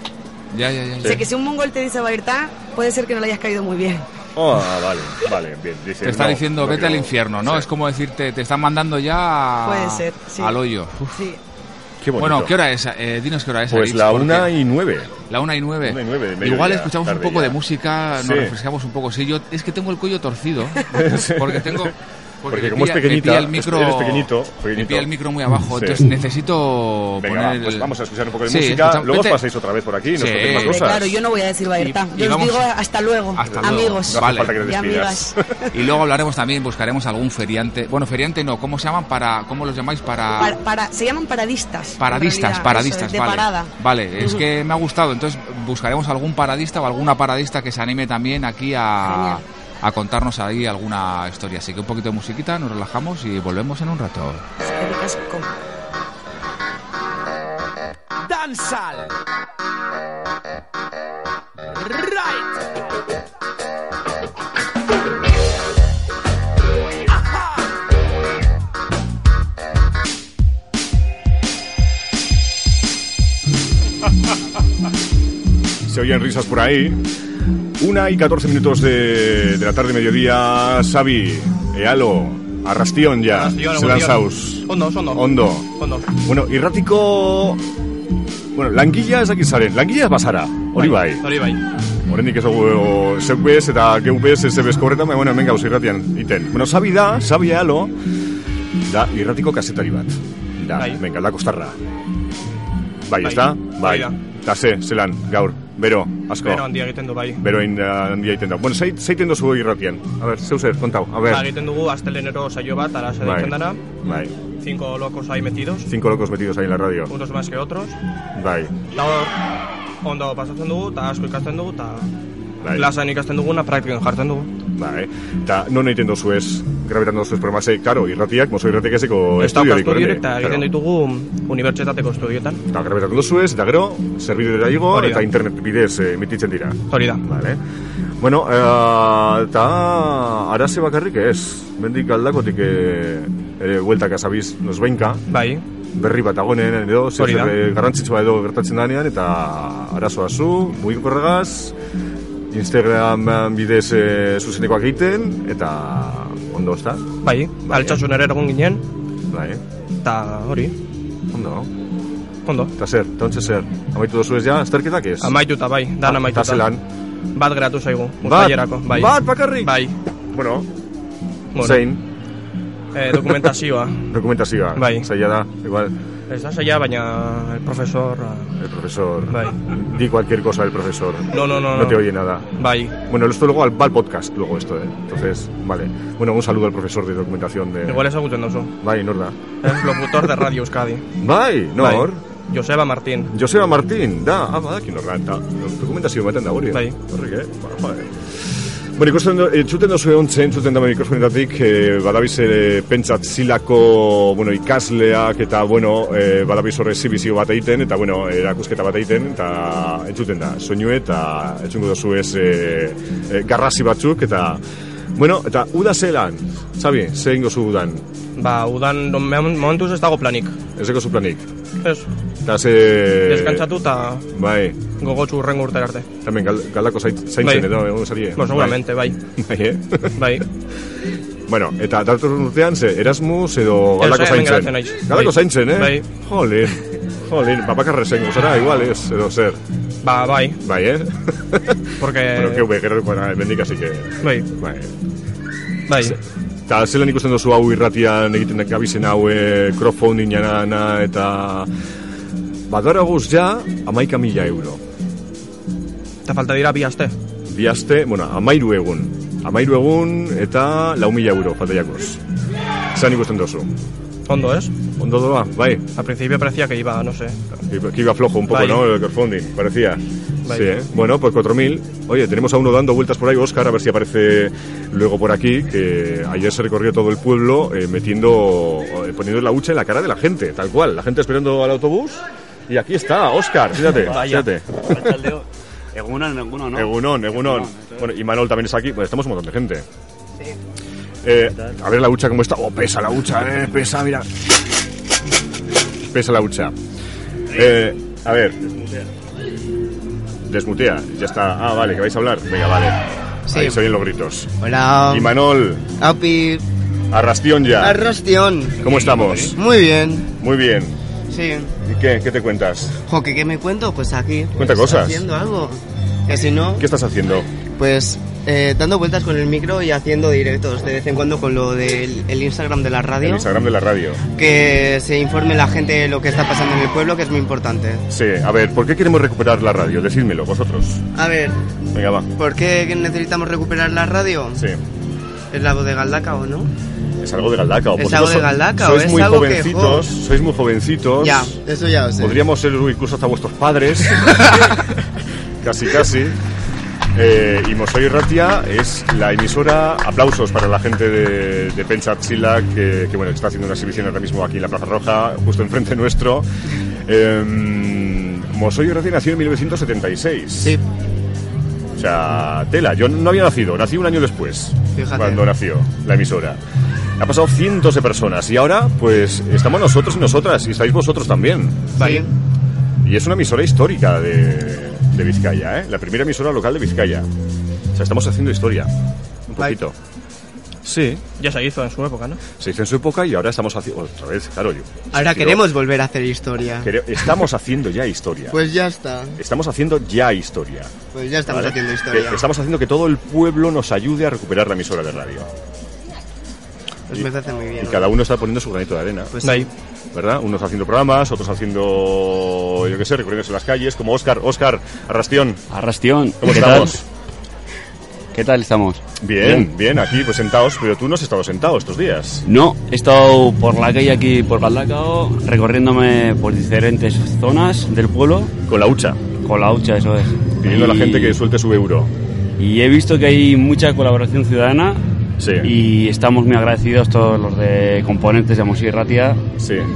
Ya, ya, ya. ya.
O sea, que si un mongol te dice Bayertá, puede ser que no le hayas caído muy bien.
Ah, vale, vale, bien. Dice,
Te está
no,
diciendo,
no
vete
quiero-
al infierno, ¿no?
Sí.
Es como decirte, te están mandando ya a-
Puede ser, sí.
al hoyo. Uf.
Sí.
Qué bonito.
Bueno, ¿qué hora es? Eh, dinos qué hora es.
Pues
Aritz,
la
porque-
una y nueve.
La una y nueve.
Una y nueve de
Igual
mediodía,
escuchamos un
tarde
poco
ya.
de música,
Sí.
nos refrescamos un poco. Sí, yo es que tengo el cuello
(laughs)
torcido. Porque tengo.
Porque
me
como es
pilla- me
pequeñita,
pilla el micro,
eres pequeñito,
Me
pequeñito.
pilla el micro muy abajo.
Sí.
Entonces necesito
Venga,
poner.
va, pues
el-
vamos a escuchar un poco de
Sí,
música.
escucha-
Luego os
vete.
pasáis otra vez por aquí y nos
Sí.
contéis más
Hombre,
cosas.
Claro, yo no voy a decir Bayertá.
Y- y
Yo os
vamos-
digo hasta luego,
Hasta luego.
amigos
No hace
Vale.
falta que te
y
despidas.
amigas. (laughs)
Y luego hablaremos también, buscaremos algún feriante. Bueno, feriante no, ¿cómo se llaman para cómo los llamáis para,
Para- para- se llaman paradistas. en
paradistas,
realidad,
paradistas,
eso, de
vale.
parada.
Vale, es
Ujú.
que me ha gustado, entonces buscaremos algún paradista o alguna paradista que se anime también aquí a
Genial.
a contarnos ahí alguna historia. Así que un poquito de musiquita, nos relajamos y volvemos en un rato.
Eskerrik asko.
Dansal. Right.
se oyen risas por ahí. Una y 14 minutos de, de la tarde, mediodía. Xavi, Ealo, Arrastión ya,
Arrastión,
Ah, Sedan
Arrastión.
Saus.
Ondo, ondo.
Ondo.
Ondo.
Bueno, irratiko... Bueno, languilla ez dakit zaren, languilla bazara, hori bai.
Hori bai.
Horendik ez dugu eh, zeuk bez eta geu bez ez bezko horretan, baina bueno, hemen gauz irratian iten. Bueno, Xabi da, Xabi Ealo, da irratiko kasetari bat. Da,
Bai.
venga, da kostarra. Bai,
Bai.
ez da? Bai.
Bai da.
Eta ze, zelan, gaur, bero, asko.
Bero handia egiten du bai.
Bero hain, ah, handia egiten da. Bueno, zeit, zeiten duzu irratian. A ber, zeu zer, kontau, a
Ba,
ber.
egiten dugu astelenero saio bat, arasa
Bai.
deitzen dana.
Bai,
Cinco locos ahí metidos,
cinco locos metidos ahí en la radio.
unos más que otros.
Bai,
Eta hor, ondo pasatzen dugu, eta asko ikasten dugu, eta
bai.
plazan ikasten duguna praktikan jartzen dugu.
Bai, eta non egiten dozu ez, grabetan dozu ez programa, ze, karo, irratiak, mozo irratiak ezeko
Estauka
estudiorik,
estudiore
horrende,
eta
claro.
egiten ditugu unibertsitateko estudioetan.
Eta grabetatu dozu ez, eta gero, zerbidera igo,
Hori da.
eta internet bidez eh, emititzen dira.
Hori da.
Vale. Bueno, eh, eta araze bakarrik ez, mendik aldakotik eh, ere bueltak azabiz nozbainka,
Bai,
berri bat agonen, edo, zer
Hori da.
zer, eh, garrantzitsua edo gertatzen danean, eta arazoa zu, mugikorregaz, Instagram bidez eh, zuzenekoak egiten, eta ondo, ezta?
bai, altxasun ere egon ginen,
Bai,
eta hori,
ondo.
ondo.
Eta zer, eta ontsa zer. Amaitu dozu ez ja, azterketak ez?
Amaituta, bai, dan
Ba, Eta
amaituta.
zelan.
Bat geratu zaigu,
Bat?
urtailerako. Bai.
Bat bakarrik?
Bai,
Bueno,
bueno,
zein,
eh, dokumentazioa.
(laughs) dokumentazioa.
Bai.
Zaila da, igual,
Ez da zaila, baina el profesor... ah,
el profesor.
Bai.
Di cualquier cosa el profesor.
No, no, no.
No te oye nada.
Bai,
Bueno, esto luego al, va al podcast, luego esto, ¿eh? Entonces, vale. Bueno, un saludo al profesor de documentación de...
igual ezagutzen duzu.
Bai, nor da?
Ez locutor de Radio Euskadi.
Bai, nor?
Joseba Martín.
Joseba Martín, da, ah, badakin horra, eta dokumentazio baten da hori.
Bai.
Horrek, eh? Ba, ba, eh. Bueno, ikusten du, eh, entzuten dozu egon zen, entzuten da mikrofonetatik, eh, badabiz eh, pentsatzilako, bueno, ikasleak, eta, bueno, eh, badabiz horre zibizio bat egiten, eta, bueno, erakusketa bat egiten, eta entzuten da, soinu eta entzungo dozu ez eh, eh, garrasi batzuk, eta, bueno, eta uda zelan, Xabi, zein gozu udan,
Ba, udan no, me- momentuz ez dago planik.
ez eko planik,
Ez,
eta ze...
deskantzatu eta
Bai,
gogotsu urrengo urte arte.
Hemen gal, galako zait- zaintzen
Bai.
edo egon zarie.
Ba, seguramente, bai.
Bai, eh? (laughs)
Bai,
bueno, eta datorren urtean, ze, Erasmus edo
Ez,
galako
hemen
zaintzen.
geratzen naiz.
Galako
Bai.
zaintzen, eh?
Bai.
Jolin, jolin, babakarre zen, gozara, igual, ez, edo zer.
ba, bai,
Bai, eh?
(laughs) porque...
bueno, keu begerreko gara, bendik, así que...
Bai,
Bai.
bai.
Eta zelan ikusten duzu hau irratian egiten gabizen hau e, crowdfunding janana, eta... Badara guz ja, amaika mila euro.
Eta falta dira bi aste.
Bi aste, bueno, amairu egun. Amairu egun eta lau mila euro, fateiakoz. Zan ikusten dozu.
Ondo, ez?
Ondo doa, bai.
Al principio parecía que iba, no sé.
Que que iba flojo un poco,
Bai.
¿no? El crowdfunding, parecía.
Bai.
Sí, ¿eh? Bueno, pues 4.000. Oye, tenemos a uno dando vueltas por ahí, Oscar, a ver si aparece luego por aquí, que ayer se recorrió todo el pueblo eh, metiendo, eh, poniendo la hucha en la cara de la gente, tal cual. La gente esperando al autobús. Y aquí está, Oscar, fíjate, fíjate.
Egunon, egunon, ¿no?
Egunon, Egunon.
Egunon,
Bueno, y Manol también está aquí. Bueno, estamos un montón de gente. Eh, a ver la hucha cómo está. Oh, pesa la hucha, eh, pesa, mira. Pesa la hucha. Eh, a ver. Desmutea, ya está. Ah, vale, que vais a hablar. Venga, vale.
Sí.
Ahí se oyen los gritos.
Hola,
Y Manol,
Api,
arrastión ya.
Arrastión.
¿Cómo estamos?
Muy bien,
Muy bien.
sí.
¿Y qué? ¿Qué te cuentas?
Jo, ¿qué, qué me cuento? Pues aquí.
Cuenta
pues,
cosas.
Haciendo algo. Que si no,
¿Qué estás haciendo?
pues eh, dando vueltas con el micro y haciendo directos de vez en cuando con lo del el Instagram de la
El
radio.
Instagram de la radio.
Que se informe la gente de lo que está pasando en el pueblo, que es muy importante.
Sí, a ver, ¿por qué queremos recuperar la radio? Decídmelo vosotros.
A ver,
Venga, va.
¿por qué necesitamos recuperar la radio?
Sí.
Es la voz de Galdacao, ¿no?
Es algo de Galdacao.
Es
porque
algo
so-
de Galdacao,
Sois
es
muy
algo que,
jovencitos, sois muy jovencitos.
Ya, eso ya lo sé.
Podríamos ser incluso hasta vuestros
(laughs)
padres. casi, casi. Eh, y Mosoy Ratia es la emisora. Aplausos para la gente de, de Pencha Tzila, que, que, bueno, está haciendo una exhibición ahora mismo aquí en la Plaza Roja, justo enfrente nuestro. Eh, Mosoy Ratia nació en 1976.
Sí,
O sea, tela, yo no había nacido, nací un año después,
Fíjate.
cuando nació la emisora. Ha pasado cientos de personas y ahora pues estamos nosotros y nosotras y estáis vosotros también.
sí.
Y es una emisora histórica de, de Vizcaya, ¿eh? La primera emisora local de Vizcaya. O sea, estamos haciendo historia. Un poquito. Sí.
Ya se hizo en su época, ¿no?
Se hizo en su época y ahora estamos haciendo... Otra vez, claro. Yo,
Ahora
quiero-
queremos volver a hacer historia.
quere- Estamos haciendo ya historia.
(laughs) Pues ya está.
Estamos haciendo ya historia.
Pues ya estamos
¿vale?
haciendo historia.
Que- estamos haciendo que todo el pueblo nos ayude a recuperar la emisora de radio.
Pues me parece muy bien.
Y
¿no?
cada uno está poniendo su granito de arena.
Pues sí.
¿Verdad? Unos haciendo programas, otros haciendo, yo qué sé, recorridos en las calles, como Oscar. Oscar, Arrastión.
Arrastión.
¿Cómo
¿Qué
estamos?
¿Qué tal estamos?
Bien, bien, aquí pues sentados, pero tú no has estado sentado estos días.
No, he estado por la calle aquí, por Galdacao, recorriéndome por diferentes zonas del pueblo.
Con la hucha.
Con la hucha, eso es.
Pidiendo a la gente que suelte su euro.
Y he visto que hay mucha colaboración ciudadana. Y estamos muy agradecidos todos los de componentes de Mosí Ratia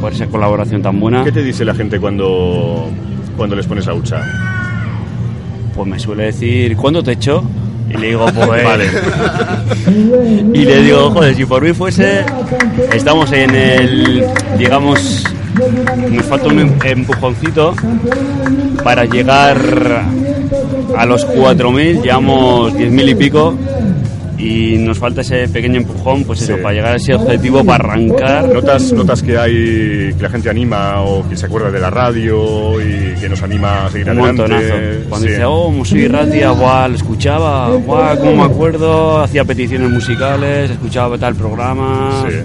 por esa colaboración tan buena.
¿Qué te dice la gente cuando, cuando les pones la hucha?
Pues me suele decir, ¿cuándo te echo? Y le
(laughs)
digo, pues.
Vale.
(laughs) Y le digo, joder, si por mí fuese. Estamos en el. Digamos. Nos falta un em- empujoncito para llegar a los 4.000, llevamos 10.000 y pico. Y nos falta ese pequeño empujón, pues eso, para llegar a ese objetivo, para arrancar.
¿Notas, notas que hay que la gente anima o que se acuerda de la radio y que nos anima a seguir
Un
adelante?
montonazo. Cuando
Sí.
dice, oh, Musui Ratia, guau, lo escuchaba, guau, cómo me acuerdo, hacía peticiones musicales, escuchaba tal programa.
Sí.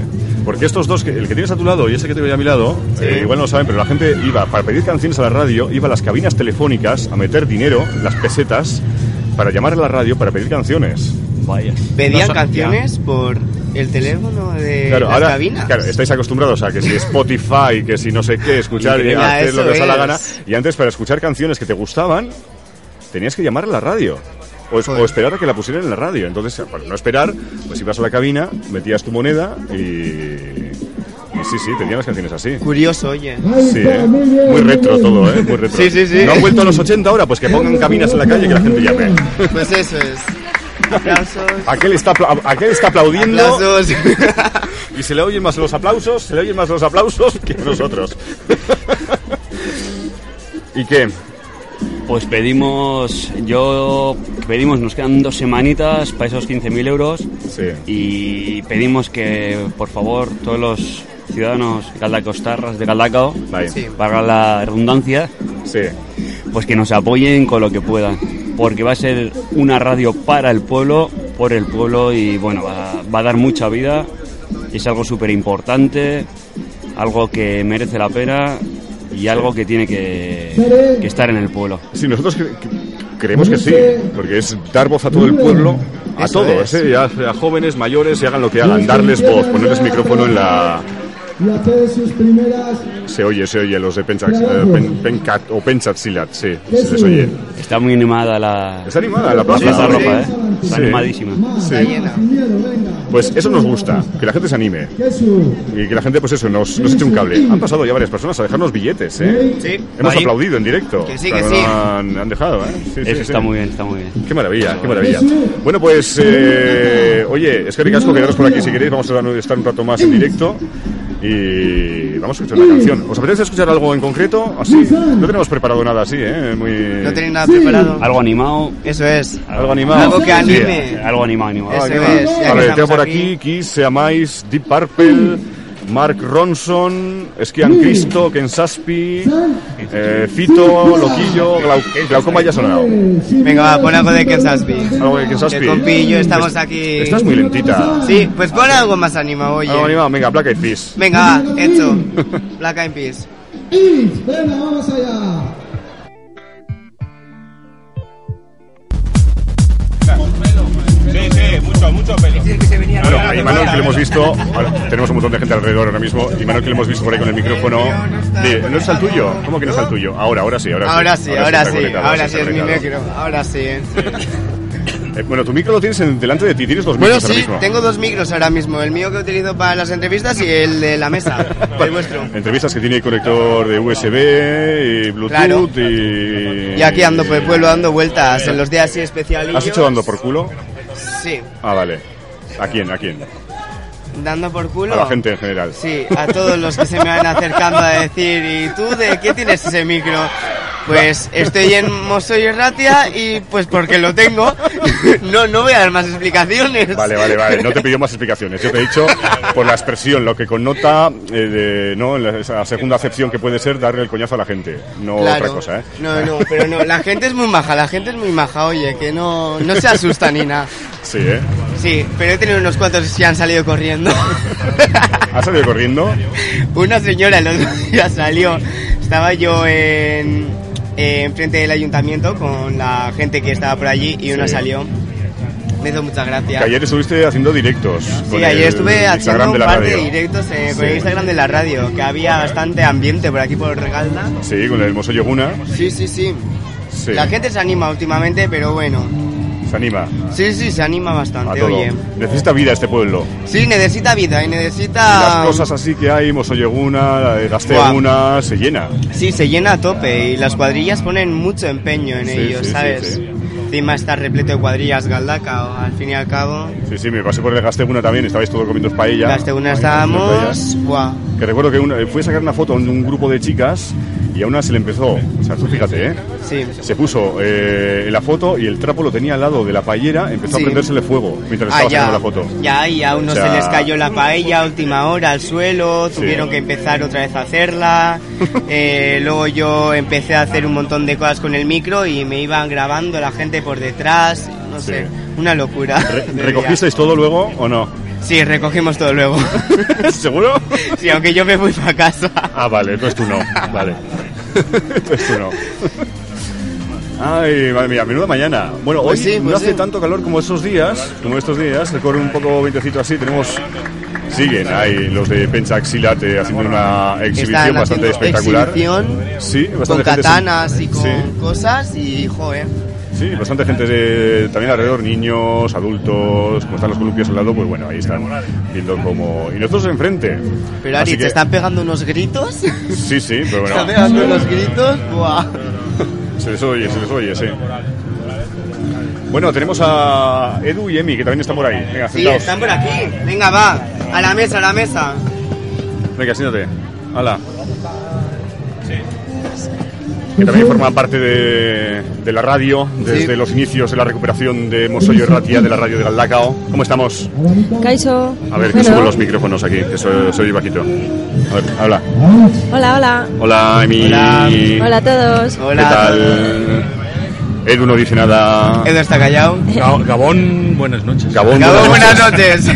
Porque estos dos, que- el que tienes a tu lado y ese que tengo yo a mi lado, eh, igual no lo saben, pero la gente iba para pedir canciones a la radio, iba a las cabinas telefónicas a meter dinero, las pesetas, para llamar a la radio para pedir canciones.
Vaya.
Pedían canciones por el teléfono de
Claro,
Eh, las
ahora, (laughs)
cabinas.
claro, estáis acostumbrados a que si Spotify, que si no sé qué, escuchar y
Increíble.
hacer
Ah,
lo que os da
eso
la gana.
es.
Y antes, para escuchar canciones que te gustaban, tenías que llamar a la radio. O, es- o esperar a que la pusieran en la radio. Entonces, ah, para no esperar, pues ibas a la cabina, metías tu moneda y. y sí, sí, tenían las canciones así.
Curioso, oye.
Sí, ¿eh? Muy retro todo, ¿eh? Muy retro.
Sí, sí, sí.
¿No han vuelto a los 80 ahora? Pues que pongan cabinas en la calle y que la gente llame.
Pues eso es. Aplausos.
Aquel está, apla- aquel está aplaudiendo.
Aplausos.
(laughs) Y se le oyen más los aplausos, se le oyen más los aplausos que nosotros. ¿Y qué?
Pues pedimos, yo, pedimos, nos quedan dos semanitas para esos 15.000 euros. Y pedimos que, por favor, todos los ciudadanos galdacostarras de Galdacao,
Vale. Sí.
para la redundancia, pues que nos apoyen con lo que puedan. Porque va a ser una radio para el pueblo, por el pueblo y bueno, va, va a dar mucha vida. Es algo súper importante, algo que merece la pena y algo que tiene que, que estar en el pueblo.
Sí, nosotros cre- cre- creemos que sí, porque es dar voz a todo el pueblo, a
Eso
todos,
es.
¿eh? a, a jóvenes, mayores, y hagan lo que hagan, darles voz, ponerles micrófono en la...
La fe de sus primeras.
Se oye, se oye, los de Penchax, eh, Pen- Pencat o Penchaxilat, sí, se les oye.
Está muy animada la.
Está animada la plaza.
Plaza Roja, ¿eh? Está
Sí.
animadísima.
Sí. Pues eso nos gusta, que la gente se anime. Y que la gente, pues eso, nos, nos eche un cable. Han pasado ya varias personas a dejarnos billetes, ¿eh?
Sí.
Hemos
Ahí.
aplaudido en directo.
Que sí, que
O sea,
sí.
Han, han dejado, ¿eh? Sí, sí,
Eso está
sí.
muy bien, está muy bien.
Qué maravilla, qué maravilla. Bueno, pues, eh, oye, es que ricasco quedaros por aquí si queréis. Vamos a estar un rato más en directo y vamos a escuchar una canción. ¿Os apetece escuchar algo en concreto? Así, no tenemos preparado nada así, ¿eh? Muy...
No tenéis nada preparado.
Algo animado.
Eso es.
Algo animado.
Algo que anime.
Sí, algo animado, animado.
Eso
Algo
es.
animado.
Ya
Ah, A
que
ver, tengo
estamos
por aquí Kiss, Seamáis, Deep Purple, Mark Ronson, Esquian Cristo, Ken Saspi, eh, Fito, Loquillo, Glau- eh, Glaucoma ya ha sonado.
Venga, va, pon algo de Kensaspi.
Algo de Kensaspi.
Que compi y yo estamos
Est-
aquí.
estás muy lentita.
Sí, pues pon algo más animado, oye.
Algo animado, venga, Black Eyed Peas.
Venga, va,
(laughs)
hecho. Black Eyed Peas.
Y venga, vamos allá.
Sí, sí, mucho, mucho pelo.
Claro, a Imanol que lo hemos visto, ahora, tenemos un montón de gente alrededor ahora mismo, Imanol que lo hemos visto por ahí con el micrófono, de- ¿no es el tuyo? ¿Cómo que no es el tuyo? Ahora, ahora sí, ahora sí.
Ahora sí, ahora
está
sí,
conectado,
ahora sí
está
es mi
conectado.
micro. Ahora sí.
Eh, bueno, tu micro lo tienes en- delante de ti, tienes dos
Bueno,
micros ahora
sí,
mismo.
tengo dos micros ahora mismo. El mío que utilizo para las entrevistas y el de la
(laughs)
mesa. El vuestro.
Entrevistas que tiene conector de USB y Bluetooth
Claro.
y...
Y aquí ando pues, por el pueblo dando vueltas en los días así especialillos.
¿Has hecho dando por culo?
Sí,
Ah, vale. ¿A quién? ¿A quién?
dando por culo.
A la gente en general.
Sí, a todos los que se me van acercando a decir, ¿y tú de qué tienes ese micro? Pues estoy
(laughs)
en Mosoy Ratia y pues porque lo tengo, (laughs) no, no voy a dar más explicaciones.
Vale, vale, vale. No te pido más explicaciones. Yo te he dicho por la expresión, lo que connota, eh, de- ¿no? La, esa segunda acepción que puede ser darle el coñazo a la gente. No
Claro.
otra cosa, ¿eh?
(laughs) No, no, pero no, la gente es muy maja, la gente es muy maja, oye, que no, no se asusta ni nada.
Sí, ¿eh?
Sí, pero he tenido unos cuantos que han salido corriendo. (laughs)
¿Ha salido corriendo?
Una señora el otro (laughs) día salió. Estaba yo en, en frente del ayuntamiento con la gente que estaba por allí y una
Sí.
salió. Me hizo muchas
Que
gracias.
ayer estuviste haciendo directos.
Sí,
con
ayer
el
estuve haciendo
Instagram
un
de la
par de
radio.
directos eh, con el
Sí.
Instagram de la radio, que había bastante ambiente por aquí por Regalda.
Sí, con el hermoso Yoguna.
Sí, sí, sí.
Sí.
La gente se anima últimamente, pero bueno.
Se anima
Sí, sí, se anima
a
bastante,
todo.
oye.
Necesita vida este pueblo.
Sí, necesita vida y necesita...
Las cosas así que hay, Mosoyeguna, Gasteaguna, se llena.
Sí, se llena a tope y las cuadrillas ponen mucho empeño en
Sí,
ello,
sí, sí,
¿sabes?
sí.
Encima está repleto de cuadrillas Galdacao, al fin y al cabo.
Sí, sí, me pasé por el Gasteguna también, estabais todos comiendo paella.
Gasteguna
Ay,
estábamos, guau.
Que recuerdo que una, fui a sacar una foto de un grupo de chicas y a una se le empezó, o sea, tú fíjate, ¿eh?
Sí.
Se puso eh, la foto y el trapo lo tenía al lado de la paellera, empezó
Sí.
a prendérsele fuego mientras
Ah,
estaba
ya.
sacando la foto.
Ya, y a uno
O sea,
se les cayó la paella a última hora al suelo, tuvieron que empezar otra vez a
(laughs)
hacerla. Eh, luego yo empecé a hacer un montón de cosas con el micro y me iban grabando la gente por detrás, no
Sí.
sé, una locura. (laughs) de día.
¿Recogisteis todo luego o no?
Sí, recogimos todo luego.
(laughs) ¿Seguro?
Sí, aunque yo me fui para casa.
Ah, vale, entonces tú no. (laughs) Vale. entonces tú no. Ay, madre mía, menuda mañana. Bueno,
Pues
hoy
sí,
no
pues
hace
sí.
tanto calor como estos días, como estos días, se corre un poco ventecito así, tenemos... Siguen ahí los de Pencha Axilat eh, haciendo una exhibición
Están haciendo
bastante espectacular.
exhibición
sí,
con
bastante gente se-
katanas y con
Sí.
cosas y joder.
Sí, bastante gente eh, también alrededor, niños, adultos, como están los columpios al lado, pues bueno, ahí están viendo como... Y nosotros enfrente.
Pero Ari,
Así que-
te están pegando unos gritos.
Sí, sí, pero
(laughs)
bueno.
están pegando unos gritos. Buah.
Se les oye, se les oye, sí. Bueno, tenemos a Edu y Emi, que también están por ahí. Venga,
Sí,
sentaos.
están por aquí. Venga, va. A la mesa, a la mesa.
Venga, siéntate. Hala. Que también forma parte de, de la radio, desde los inicios de la recuperación de Mosoyo Ratia, de la radio de Galdacao. ¿Cómo estamos?
Caiso.
A ver, que
Bueno.
subo los micrófonos aquí, que soy, soy bajito. A ver, habla.
Hola, hola.
Hola, Emi.
Hola a todos.
¿Qué tal? Edu no dice
Ah.
nada.
Edu está callado.
Gabón, buenas noches.
Gabón,
buenas noches.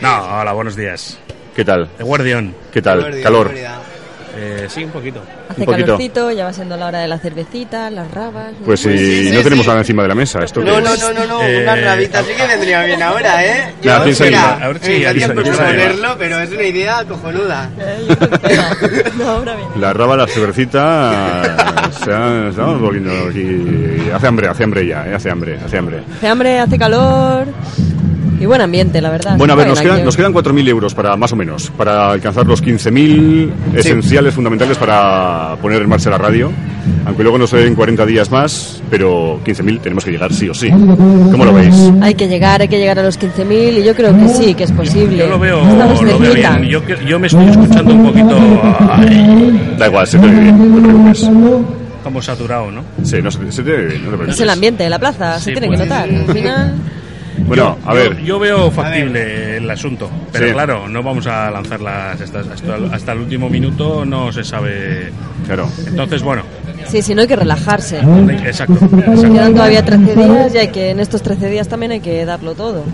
No, hola, buenos días.
¿Qué tal?
De Guardión.
¿Qué tal?
Guardión,
¿Calor?
Eh, sí, un poquito.
Hace calorcito, ya va siendo la hora de la cervecita, las rabas.
Pues si no tenemos nada encima de la mesa, esto
No,
qué
no,
es?
no, no, no.
Eh,
Unas rabitas sí que vendría bien ahora, ¿eh?
(laughs) Nada, piensa en
mira,
ello. A ver si
me encantaría
alguien piensa en ello.
proponerlo, pero es una idea cojonuda. (laughs)
La raba, la cervecita, (laughs) se han- estamos volviendo aquí. Hace hambre, hace hambre ya, eh, hace hambre, hace hambre.
Hace hambre, hace calor y buen ambiente, la verdad.
Bueno, a ver, nos
Bueno,
quedan,
aquí-
nos quedan 4.000 euros para, más o menos, para alcanzar los 15.000 esenciales, fundamentales para poner en marcha la radio. Aunque luego nos den 40 días más, pero 15.000 tenemos que llegar sí o sí. ¿Cómo lo veis?
Hay que llegar, hay que llegar a los 15.000 y yo creo que sí, que es posible.
Yo lo veo,
Estamos
lo veo
cerquita.
bien. Yo, que- yo me estoy escuchando un poquito. ay,
Da igual, se te ve bien, no te preocupes.
como saturado, ¿no?
Sí, no, se, se te ve bien, no te
Es el
preocupes.
ambiente de la plaza,
Sí,
se tiene
pues.
que notar. Al final,
Bueno, a ver.
Yo veo factible el asunto, pero
Sí.
claro, no vamos a lanzar las estas hasta, hasta el último minuto, no se sabe.
Claro.
Entonces, bueno,
sí, si no hay que relajarse.
exacto.
(laughs) Quedan todavía 13 días y hay que, en estos 13 días también hay que darlo todo.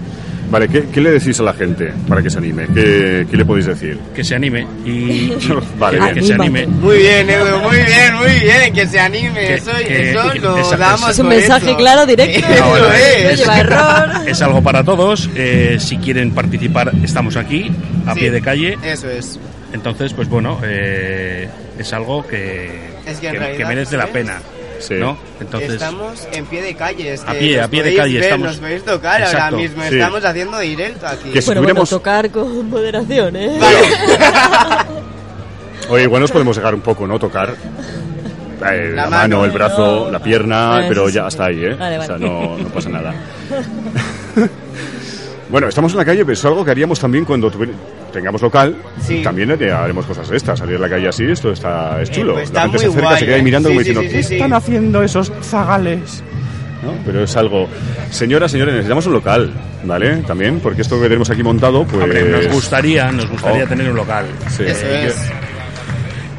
Vale, ¿qué, qué le decís a la gente para que se anime? ¿Qué, qué le podéis decir?
Que se anime y.
(laughs)
Vale,
que-
bien.
que se anime.
Muy bien, Edu, muy bien, muy bien. Que se anime.
Que-
eso
que-
eso
que-
lo
esa-
damos
Es un
por
mensaje
eso.
claro, directo.
(laughs) Eso
bueno,
es.
No eh, lleva error.
Es algo para todos. eh, si quieren participar, estamos aquí, a
Sí,
pie de calle.
Eso es.
Entonces, pues bueno, eh, es algo que,
Es que en realidad, ¿eh?
merece la
¿sabes?
pena. ¿no? Entonces,
estamos en pie de calle. es
A
que
pie,
nos
a pie de
podéis
calle
ver,
estamos.
Nos podéis tocar ahora
Exacto,
mismo.
sí.
Estamos haciendo directo aquí.
Que si Pero bueno, tuviéramos-
Tocar con (laughs) moderación, ¿eh?
Oye, igual nos podemos dejar un poco, ¿no? Tocar. Eh,
La
la, mano,
mano,
el brazo,
no.
la pierna,
Vale,
pero
sí, sí,
ya hasta ahí, ¿eh?
Vale,
O sea,
vale.
no, no pasa nada. (laughs) Bueno, estamos en la calle, pero es algo que haríamos también cuando tuvi- tengamos local.
Sí.
También hare- haremos cosas de estas. Salir a la calle así, esto está, es chulo.
pues está
la gente se
muy
acerca,
guay,
se queda ahí
¿eh?
mirando
Sí,
como
sí,
diciendo,
sí, sí,
"¿Qué
sí.
están
haciendo esos zagales?
Pero es algo. Señoras, señores, necesitamos un local, ¿vale? También, porque esto que tenemos aquí montado, pues. oh,
Hombre, nos gustaría, nos gustaría tener un local. Eh,
Sí. Eso
yo-
es.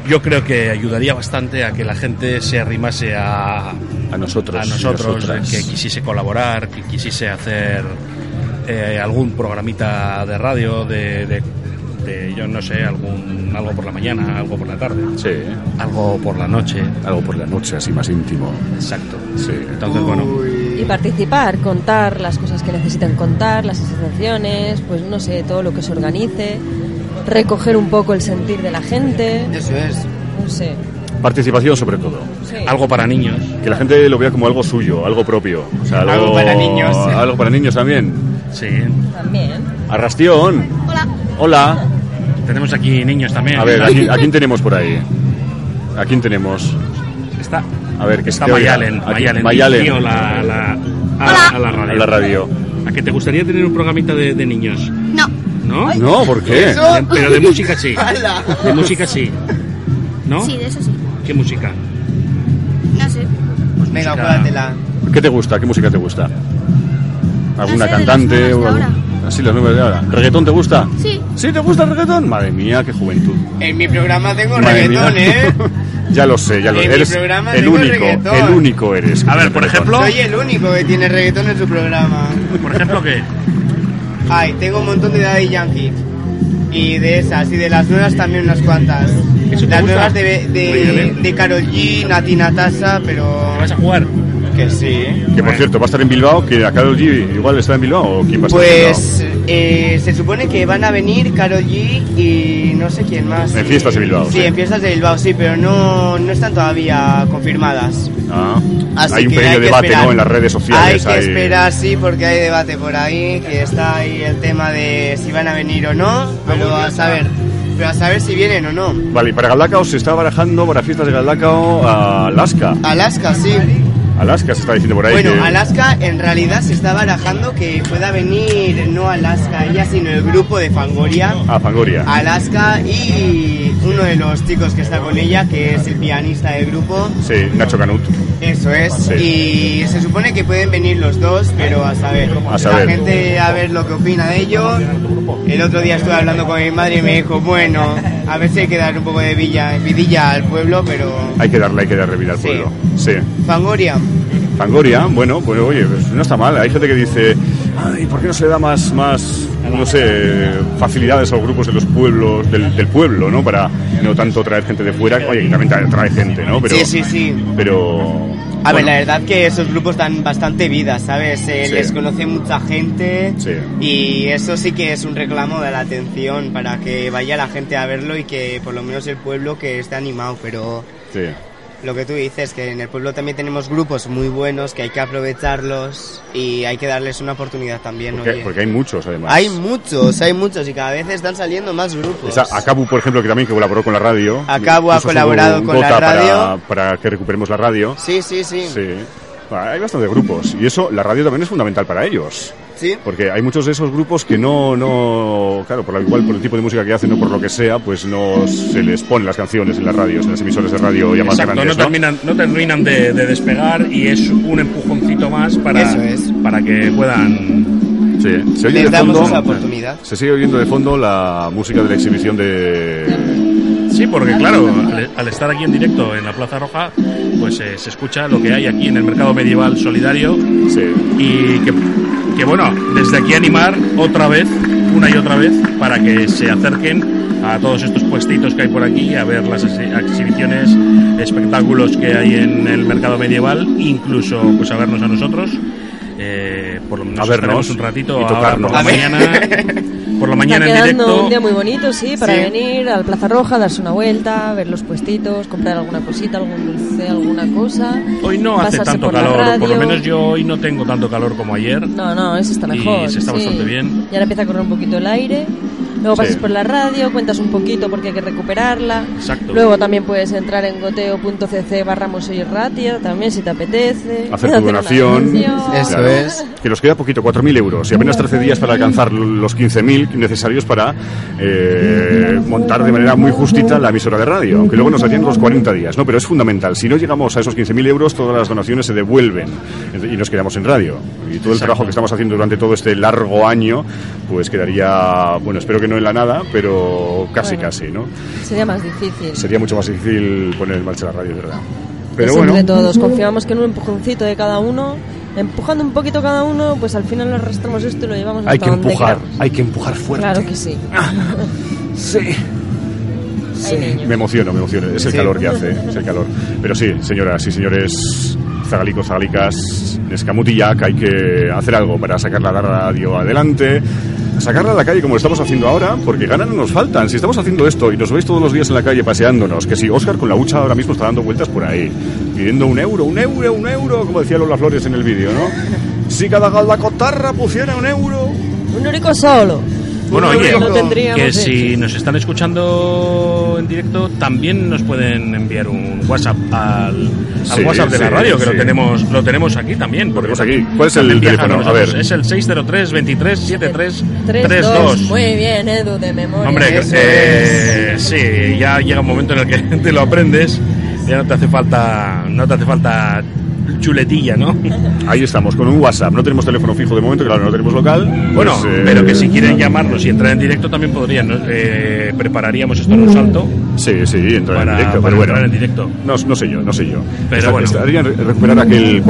Yo, creo que ayudaría bastante a que la gente se arrimase a,
a nosotros,
a nosotros,
nosotras.
que quisiese colaborar, que quisiese hacer eh, algún programita de radio, de, de- de, yo no sé, algún algo por la mañana, algo por la tarde.
Sí.
Algo por la noche.
Algo por la noche, así más íntimo.
Exacto.
Sí.
Entonces, bueno.
Y participar, contar las cosas que necesitan contar, las asociaciones, pues no sé, todo lo que se organice, recoger un poco el sentir de la gente.
Eso es.
No sé.
Participación, sobre todo.
Sí.
Algo para niños.
Que la gente lo vea como algo suyo, algo propio. O sea, algo,
Algo para niños.
Algo para niños también.
Sí.
También.
Arrastión. Hola.
Tenemos aquí niños también.
A ver, ¿a quién, a quién tenemos por ahí? ¿A quién tenemos?
Está.
A ver, que
Está
se te oiga.
Mayalen.
Aquí,
Mayalen.
Mayalen.
dirigió la- la- a, a la radio.
A la radio.
¿A que te gustaría tener un programita de, de niños?
No.
¿No?
No, ¿por qué?
De-
(laughs)
Pero de música sí. De música sí. ¿No?
Sí, de eso sí.
¿Qué música?
No sé.
Pues venga, juégatela.
¿Qué te gusta? ¿Qué música te gusta? ¿Alguna
sé, de las
cantante?
nuevas de
o algún- Así las nuevas de ahora. ¿Reggaetón te gusta?
Sí.
¿Sí te gusta el reggaetón? Madre mía, qué juventud.
En mi programa tengo
Madre
reggaetón,
mía.
¿eh?
(laughs) Ya lo sé, ya lo
En mi
Eres
programa
el
tengo
único,
reggaetón.
el único eres. A ver, por
Soy el único que tiene reggaetón en su programa.
¿Por ejemplo qué?
Ay, tengo un montón de Daddy Yankee. Y de esas, y de las nuevas también unas cuantas. Las nuevas de, de, de Karol G, Nati Natasa, pero...
¿Vas a jugar?
Que sí.
Que por cierto, ¿va a estar en Bilbao? ¿Que a Karol G igual está en Bilbao? ¿O quién va a estar
Pues eh, se supone que van a venir Karol G y no sé quién más.
En fiestas de Bilbao,
Pues, Sí,
sí.
en fiestas de Bilbao, sí, pero no, no están todavía confirmadas.
en Bilbao? Ah,
Así
hay un
que
pequeño
hay que
debate
esperar.
¿no? en las redes
Hay
sociales.
que esperar, sí, porque hay debate por ahí, que está ahí el tema de si van a venir o
Ah,
no, pero a saber, pero a saber si vienen o no.
Vale, y para Galdacao se está barajando para fiestas de Galdacao a Alaska.
Alaska, sí.
Alaska se está diciendo por ahí.
Bueno,
que-
Alaska en realidad se está barajando que pueda venir no Alaska ella, sino el grupo de Fangoria.
Ah, Fangoria.
Alaska y uno de los chicos que está con ella, que es el pianista del grupo.
Sí, Nacho Canut.
Eso es.
Sí.
Y se supone que pueden venir los dos, pero a saber.
A saber.
La gente a ver lo que opina de ello. El otro día estuve hablando con mi madre y me dijo, bueno, a ver si hay que dar un poco de villa, vidilla al pueblo, pero...
Hay que darle, hay que darle vida al pueblo. Sí.
Fangoria.
Fangoria, bueno, bueno, oye, pues no está mal. Hay gente que dice, ay, ¿por qué no se le da más, más, no sé, facilidades a los grupos de los pueblos, del, del pueblo, ¿no? Para no tanto traer gente de fuera. Oye, y también tra- trae gente, ¿no? Pero,
Sí, sí, sí.
Pero...
A ver,
bueno,
la verdad que esos grupos dan bastante vida, ¿sabes? Eh,
Sí.
Les conoce mucha gente
Sí.
y eso sí que es un reclamo de la atención para que vaya la gente a verlo y que por lo menos el pueblo que esté animado, pero
Sí.
lo que tú dices, que en el pueblo también tenemos grupos muy buenos que hay que aprovecharlos y hay que darles una oportunidad también,
Porque,
oye.
porque hay muchos, además.
Hay muchos, hay muchos y cada vez están saliendo más grupos.
Está Acabu, por ejemplo, que también que colaboró con la radio.
Acabu ha
Puso su
colaborado con la
gota
radio.
Para, para que recuperemos la radio.
Sí, sí, sí.
Sí. Ah, Hay bastante grupos y eso, la radio también es fundamental para ellos.
Sí.
Porque hay muchos de esos grupos que no, no, claro, por lo igual por el tipo de música que hacen o por lo que sea, pues no se les ponen las canciones en las radios, en las emisoras de radio ya más
Exacto,
grandes,
no
¿no?
terminan, no terminan de, de despegar y es un empujoncito más para, para que puedan...
Sí, se oye
Les
de
damos
fondo-
esa oportunidad.
Se sigue oyendo de fondo la música de la exhibición de...
Sí, porque claro, al, al estar aquí en directo en la Plaza Roja, pues eh, se escucha lo que hay aquí en el mercado medieval solidario y que, que, bueno, desde aquí animar otra vez, una y otra vez, para que se acerquen a todos estos puestitos que hay por aquí, a ver las exhi- exhibiciones, espectáculos que hay en el mercado medieval, incluso pues a vernos a nosotros. Eh, por lo menos
A
estaremos
vernos
un ratito
y
ahora por la
tocarnos.
mañana, por
Está
la mañana en
quedando
directo.
un día muy bonito, sí, para
Sí.
venir al Plaza Roja, darse una vuelta, ver los puestitos, comprar alguna cosita, algún dulce, alguna cosa.
Hoy no hace
pasarse
tanto
por la
calor, por lo
radio.
menos yo hoy no tengo tanto calor como ayer.
No, no, eso está
Y
mejor.
se está
sí.
bastante bien.
Y ahora empieza a correr un poquito el aire. Luego
Sí.
pasas por la radio, cuentas un poquito porque hay que recuperarla.
Exacto.
Luego también puedes entrar en goteo.cc barra Montserratia, también si te apetece. (laughs)
Hacer tu donación.
Eso
Claro.
es.
Que nos queda poquito, 4.000 euros. Y apenas 13 días para alcanzar los 15.000 necesarios para eh, montar de manera muy justita la emisora de radio. Aunque luego nos darían los 40 días, ¿no? Pero es fundamental. Si no llegamos a esos 15.000 euros, todas las donaciones se devuelven eh, y nos quedamos en radio. Y todo el trabajo que estamos haciendo durante todo este largo año, pues quedaría, bueno, espero que no en la nada, pero casi,
Bueno.
casi, ¿no?
Sería más difícil.
Sería mucho más difícil poner en marcha la radio, de ¿verdad?
Es
Pero bueno.
entre Pues todos. Confiamos que en un empujoncito de cada uno, empujando un poquito cada uno, pues al final lo arrastramos esto y lo llevamos
Hay
hasta
que
donde
empujar,
queramos.
hay que empujar fuerte.
Claro que sí.
sí.
niños.
Me emociono, me emociono. Es el calor que hace, es el calor. Pero sí, señoras y señores, zagalicos, zagalicas, escamutillac, hay que hacer algo para sacar la radio adelante. Sacarla a la calle como lo estamos haciendo ahora, porque ganas no nos faltan. Si estamos haciendo esto y nos veis todos los días en la calle paseándonos, que si Oscar con la hucha ahora mismo está dando vueltas por ahí, pidiendo un euro, un euro, un euro, como decía Lola Flores en el vídeo, ¿no? Si cada cotarra pusiera un euro.
Un único solo.
Bueno,
Lo
oye,
que no tendríamos
que
hecho.
si nos están escuchando en directo, también nos pueden enviar un WhatsApp al, al
Sí,
WhatsApp de la
sí,
radio, que
sí.
lo tenemos lo tenemos aquí también. Porque
tenemos aquí. ¿Cuál es el
también
teléfono?
viajan con
A ver.
nosotros. Es el 603 23 73
Tres,
32.
dos. Muy bien, Edu, de memoria.
Hombre, eh, sí, ya llega un momento en el que (laughs) te lo aprendes, ya no te hace falta, no te hace falta chuletilla,
(laughs)
¿no?
Ahí estamos, con un WhatsApp. No tenemos teléfono fijo de momento, claro, no tenemos local.
Bueno,
Pues, eh,
pero que si quieren llamarnos y entrar en directo también podrían, ¿no? Eh, prepararíamos esto en un salto.
Sí, sí, entrar
Para-
en directo,
para
pero bueno.
entrar en directo.
No, no sé yo, no sé yo. eh,
Pero
Está-
bueno.
Estaría re- recuperar aquel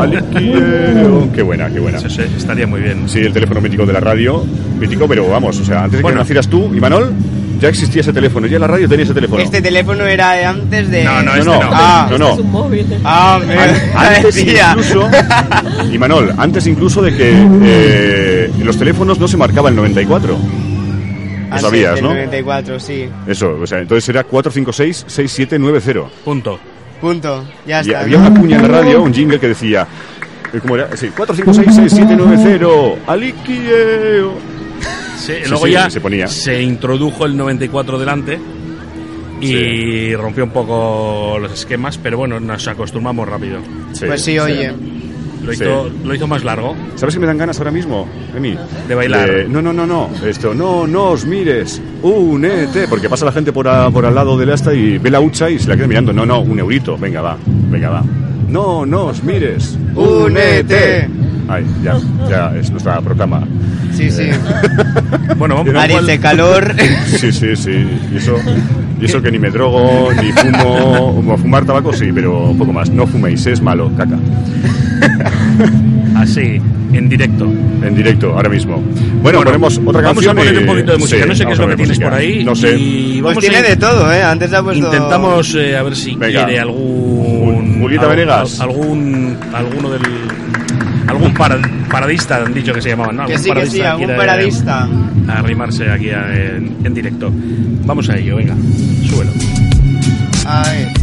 (laughs)
Aliquiero. Qué buena, qué buena.
estaría muy bien.
Sí, el teléfono mítico de la radio. Mítico, pero vamos, o sea, antes de
Bueno.
que nacieras tú, Imanol, ya existía ese teléfono. Ya la radio tenía ese teléfono.
Este teléfono era de antes de.
No, no, este no.
Ah,
No, no. Este es un
móvil.
Ah, me.
eh, (laughs)
Antes
decía. (laughs)
incluso, Imanol, antes incluso de que eh, en los teléfonos no se marcaba el 94. Lo
Antes
sabías,
del
¿no?
94, sí.
Eso, o sea, entonces era 456-6790.
Punto.
Punto. Ya
Y
está.
había una cuña en la radio, un jingle que decía, eh, ¿cómo era? Sí, 4566790, aliquio.
Sí,
Sí,
luego
sí,
ya
se ponía.
introdujo el 94 delante y rompió un poco los esquemas, pero bueno, nos acostumbramos rápido.
Pues sí, oye.
Lo hizo, lo hizo más largo.
¿Sabes que me dan ganas ahora mismo, Emi?
De bailar.
no, no, no, no. Esto, no nos mires. Únete. Porque pasa la gente por, a- por al lado del asta y ve la hucha y se la queda mirando. No, no, un eurito. Venga, va. Venga, va. No nos mires. Únete. Ay, ya, ya, es nuestra proclama.
Sí, sí.
Bueno, vamos
Nariz de calor.
(laughs) Sí, sí, sí. Y eso, y eso que ni me drogo, ni fumo. Bueno, Fumar tabaco sí, pero un poco más. No fuméis, es malo, caca.
(laughs) Así, en directo.
En directo, ahora mismo. Bueno,
Bueno,
ponemos otra
vamos
canción.
a poner
y-
un poquito de música.
sí,
no sé qué es
vamos a
lo que
poner
tienes
música.
por ahí.
No sé.
y
Pues
vamos
tiene
a ir-
de todo, ¿eh? Antes ha puesto.
Intentamos eh, a ver si
Venga.
quiere algún.
Julieta
al-
Venegas.
al- algún. Alguno del. Algún para- paradista, han dicho que se llamaban, ¿no?
Que sí, que sí, algún
quiere
paradista.
Arrimarse aquí a- en, en directo. Vamos a ello, venga, súbelo.
A ver.